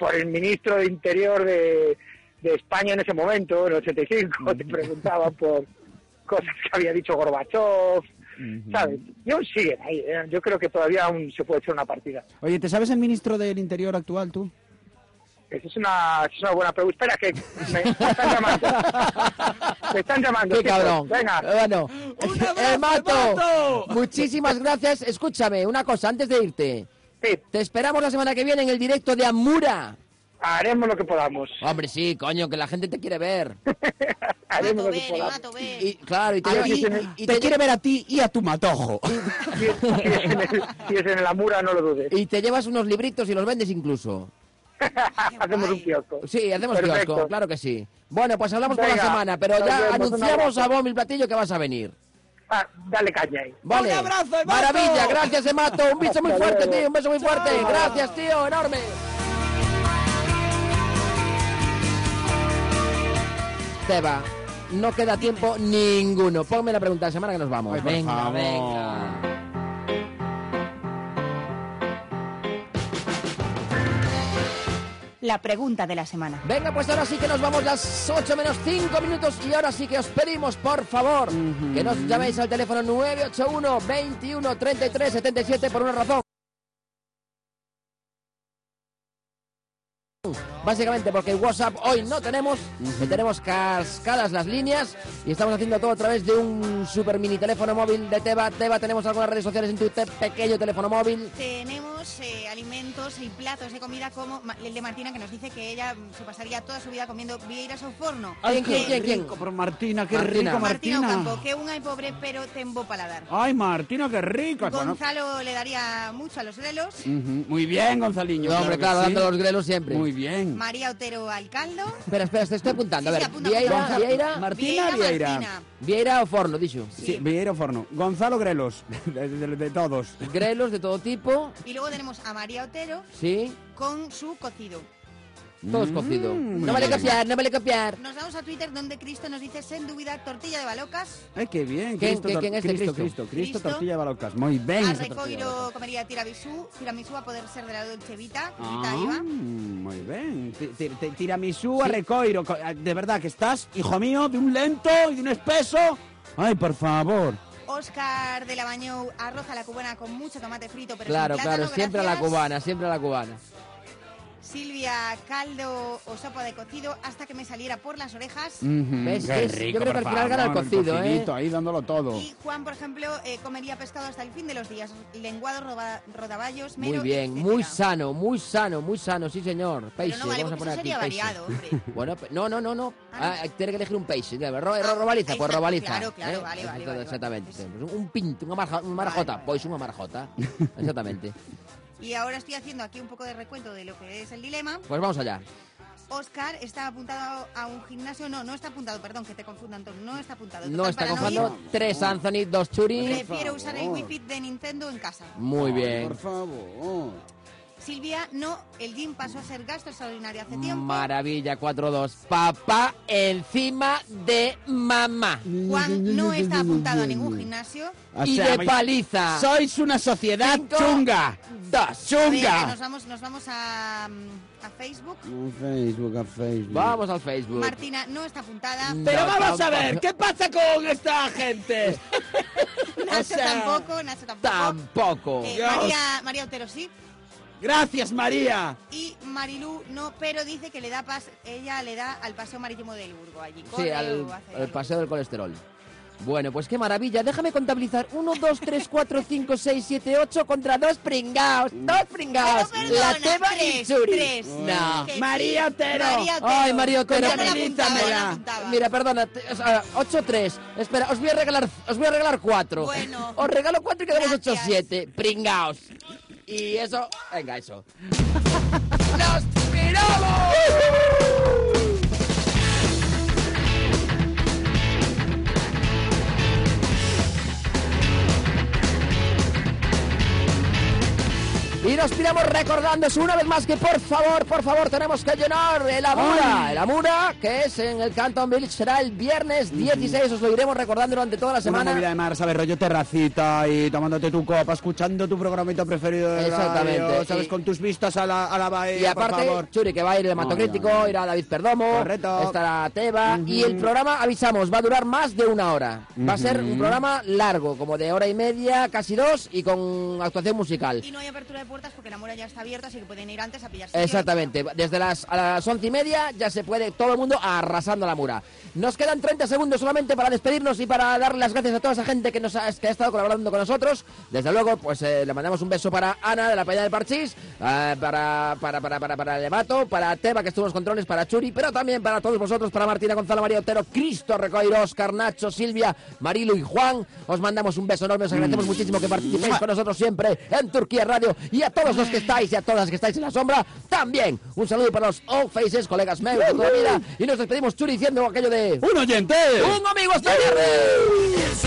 I: por el ministro de Interior de, de España en ese momento, en el 85, te preguntaban por cosas que había dicho Gorbachev, ¿sabes? Y aún siguen ahí, eh, yo creo que todavía aún se puede echar una partida.
A: Oye, ¿te sabes el ministro del Interior actual, tú?
I: Esa es una, es una buena pregunta. Espera, que me, me están
B: *laughs*
I: llamando. Me están llamando.
B: ¡Qué
I: chicos.
B: cabrón!
I: pues, Venga.
B: Eh, Bueno, el mato.
A: Mato!
B: Muchísimas gracias. Escúchame, una cosa, antes de irte.
I: Sí.
B: Te esperamos la semana que viene en el directo de Amura.
I: haremos lo que podamos.
B: Hombre, sí, coño, que la gente te quiere ver.
I: haremos lo que
E: Ver,
I: podamos.
E: Mato, ver.
B: Y, claro, y te,
I: Ah,
B: y-
I: sí, sí,
B: y
A: te,
B: te-
A: quiere ver a ti y a tu matojo.
I: Si es, si es en el, si es en el Amura, no lo dudes. *laughs*
B: y te llevas unos libritos y los vendes incluso.
I: Hacemos un kiosco.
B: Sí, hacemos
I: Perfecto.
B: kiosco, claro que sí. Bueno, pues hablamos por la
I: Venga,
B: semana, pero
I: nos
B: ya
I: vemos, un
B: anunciamos
I: abrazo.
B: a Bomb y Platillo que vas a venir.
I: Ah, dale caña ahí.
B: Vale.
A: Un abrazo, Emato.
B: Maravilla, gracias, Emato. Un beso muy
I: Hasta
B: fuerte,
I: luego.
B: tío. Un beso muy fuerte. Gracias, tío. Enorme. Teba, no queda tiempo ninguno. Ponme la pregunta de la semana que nos vamos.
A: Ay, por
B: Pues venga,
A: favor.
B: venga.
H: La pregunta de la semana.
B: Venga, pues ahora sí que nos vamos las 8 menos 5 minutos y ahora sí que os pedimos, por favor, que nos llaméis al teléfono 981 21 33 77 por una razón. Básicamente porque en WhatsApp hoy no tenemos, que tenemos cascadas las líneas y estamos haciendo todo a través de un super mini teléfono móvil de Teba. Teba, tenemos algunas redes sociales en tu te- pequeño teléfono móvil.
E: Tenemos eh, alimentos y platos de comida como Ma- el de Martina que nos dice que ella mm, se pasaría toda su vida comiendo vieiras al forno.
B: Ay, ¿Quién, quién, quién?
A: rico, por Martina, qué
B: Martina.
A: rico,
E: Martina
A: Martina.
E: Ocampo, que un hay pobre pero tembo paladar.
A: Ay, Martina, qué rico. Bueno,
E: Gonzalo le daría mucho a los grelos.
A: ujú, Muy bien, Gonzaliño.
B: No, hombre,
A: que
B: claro,
A: sí.
B: dando los grelos siempre.
A: Muy bien.
E: María Otero al caldo.
B: Espera, espera, te estoy apuntando. A
E: Sí,
B: ver,
E: sí, apunta,
B: Vieira,
E: apunta.
B: Vieira,
A: Martina
E: Vieira,
A: Vieira.
E: Martina.
B: Vieira o Forno, dicho.
A: Sí, Vieira Forno. Gonzalo Grelos, *laughs* de, de- de todos.
B: Grelos de todo tipo,
E: Y luego tenemos a María Otero
B: sí,
E: con su cocido.
B: todo es cocido. No vale copiar, no vale copiar.
E: Nos vamos a Twitter donde Cristo nos dice, sin duda, tortilla de balocas.
A: Ay, qué bien.
B: ¿Quién-
A: Cristo,
B: quién-
A: tor-
B: quién es de
A: Cristo,
B: Cristo? Ah,
A: Cristo, Cristo,
E: Cristo.
A: tortilla de balocas. Muy bien. esa
E: A
A: tortilla de
E: Recoiro
A: balocas.
E: comería tiramisú. Tiramisú a poder ser de la Dolce Vita. Vita
A: Ah,
E: Iva.
A: muy bien. Ti- ti- ti- Tiramisú a recoiro. co- ah, De verdad que estás, hijo mío, de un lento y de un espeso. Ay, por favor.
E: Oscar de la Bañou arroz a la cubana con mucho tomate frito, pero
B: Claro,
E: sin
B: claro,
E: plátano,
B: siempre a la
E: gracias.
B: cubana, siempre a la cubana.
E: Silvia, caldo o sopa de cocido hasta que me saliera por las orejas.
B: ¿Ves?
A: Qué
B: Que es- yo
A: rico,
B: creo que
A: por
B: al final gana el
A: favor,
B: cocido, ¿eh?
A: cocidito Ahí dándolo todo.
E: Y Juan, por ejemplo, eh, comería pescado hasta el fin de los días. Lenguado, roba- rodaballos, mero,
B: Muy bien,
E: etcétera.
B: muy sano, muy sano, muy sano, sí señor.
E: este, Pero
B: Peixe,
E: no vale,
B: vamos a
E: porque
B: poner
E: eso
B: aquí
E: sería
B: peixe.
E: variado, hombre.
B: *laughs* Bueno, pe- no, no, no, no.
E: Ah,
B: Ah, tiene que elegir un peixe. Ro, ro-
E: Ah,
B: robaliza,
E: ahí
B: pues
E: está,
B: robaliza.
E: claro, claro,
B: ¿eh?
E: vale,
B: Eso
E: vale,
B: todo,
E: vale,
B: Exactamente.
E: vale.
B: Pues Un pinto, una marja- una marjota,
E: vale,
B: pois una
E: *laughs*
B: marjota. Exactamente.
E: Y ahora estoy haciendo aquí un poco de recuento de lo que es el dilema.
B: Pues vamos allá.
E: Oscar está apuntado a un gimnasio. No, no está apuntado, perdón, que te confundan, Anton. No está apuntado.
B: No
E: Pues Total
B: está
E: paranoia.
B: cojando tres Anthony, dos Churi.
E: Prefiero usar el Wii Fit de Nintendo en casa.
B: Muy
A: Por
B: bien.
A: favor.
E: Silvia, no, el gym pasó a ser gasto extraordinario hace tiempo.
B: Maravilla 4-2. Papá encima de mamá.
E: Juan no está apuntado a ningún gimnasio.
A: O
B: y
A: sea,
B: de
A: habéis-
B: paliza.
A: Sois una sociedad
B: Cinco,
A: chunga.
B: Dos.
E: A ver, que
A: Chunga.
E: nos vamos, nos vamos a, mm, a Facebook.
A: Facebook, a Facebook.
B: Vamos al Facebook.
E: Martina no está apuntada.
B: Mm.
A: Pero
B: No,
A: vamos a
B: tampoco.
A: ver, ¿qué pasa con esta gente?
E: Nacho
A: O sea,
E: tampoco, Nacho tampoco.
B: Tampoco.
E: Eh,
A: Dios.
E: María, María Otero sí.
A: Gracias, María.
E: Y Marilú no, pero dice que le da pas, ella le da al paseo marítimo del Burgo allí.
B: Sí,
E: corre
B: al,
E: o hace
B: al
E: algo.
B: paseo del colesterol. Bueno, pues qué maravilla. Déjame contabilizar. 1, 2, 3, 4, 5, 6, 7, 8 contra dos pringaos. Dos pringaos.
E: Pero
B: La
E: perdona,
B: Teba y
E: tres,
B: Churi.
E: tres.
B: No.
E: Que sí.
A: María Otero.
E: María Otero. Pues
B: Ay, María Otero,
E: Yo no la apuntaba, no la
A: habilítamela.
E: apuntaba.
B: Mira, perdona, te- o sea, 8-3. Espera, os voy a regalar, os voy a regalar 4.
E: Bueno.
B: Os regalo 4 y quedamos
E: Gracias.
B: 8-7. Pringaos. Y eso, venga, eso. ¡Nos piramos! Y nos piramos recordándose una vez más que por favor, por favor, tenemos que llenar el Amura. El Amura, que es en el Canton Village, será el viernes 16. Os lo iremos recordando durante toda la
A: Una
B: semana.
A: movida de mar, ¿sabes? Rollo terracita y tomándote tu copa, escuchando tu programita preferido de radio,
B: Exactamente,
A: ¿Sabes?
B: y-
A: Con tus vistas a la, a la bahía,
B: Y aparte,
A: por favor.
B: Churi, que va a ir el hematocrítico,
A: Ay, ay, ay.
B: irá David Perdomo,
A: Correcto.
B: estará Teba. Y el programa, avisamos, va a durar más de una hora. Va a ser un programa largo, como de hora y media, casi dos, y con actuación musical.
E: Y no hay apertura de puerta puertas porque la muralla ya está abierta, así que pueden ir antes a pillarse.
B: Exactamente, desde las, a las once y media ya se puede todo el mundo arrasando la mura. Nos quedan 30 segundos solamente para despedirnos y para darle las gracias a toda esa gente que nos ha, que ha estado colaborando con nosotros. Desde luego, pues eh, le mandamos un beso para Ana de la Peña del Parchís, eh, para, para, para, para, para Levato, para Teba que estuvo en los controles, para Churi, pero también para todos vosotros, para Martina Gonzalo, María Otero, Cristo Recoiro, Oscar Nacho, Silvia, Marilu y Juan. Os mandamos un beso enorme, os agradecemos muchísimo que participéis con nosotros siempre en Turquía Radio y a todos los que estáis y a todas las que estáis en la sombra también. Un saludo para los All Faces, colegas meus de toda la vida y nos despedimos Churi diciendo aquello de...
A: ¡Un oyente!
B: ¡Un amigo hasta viernes!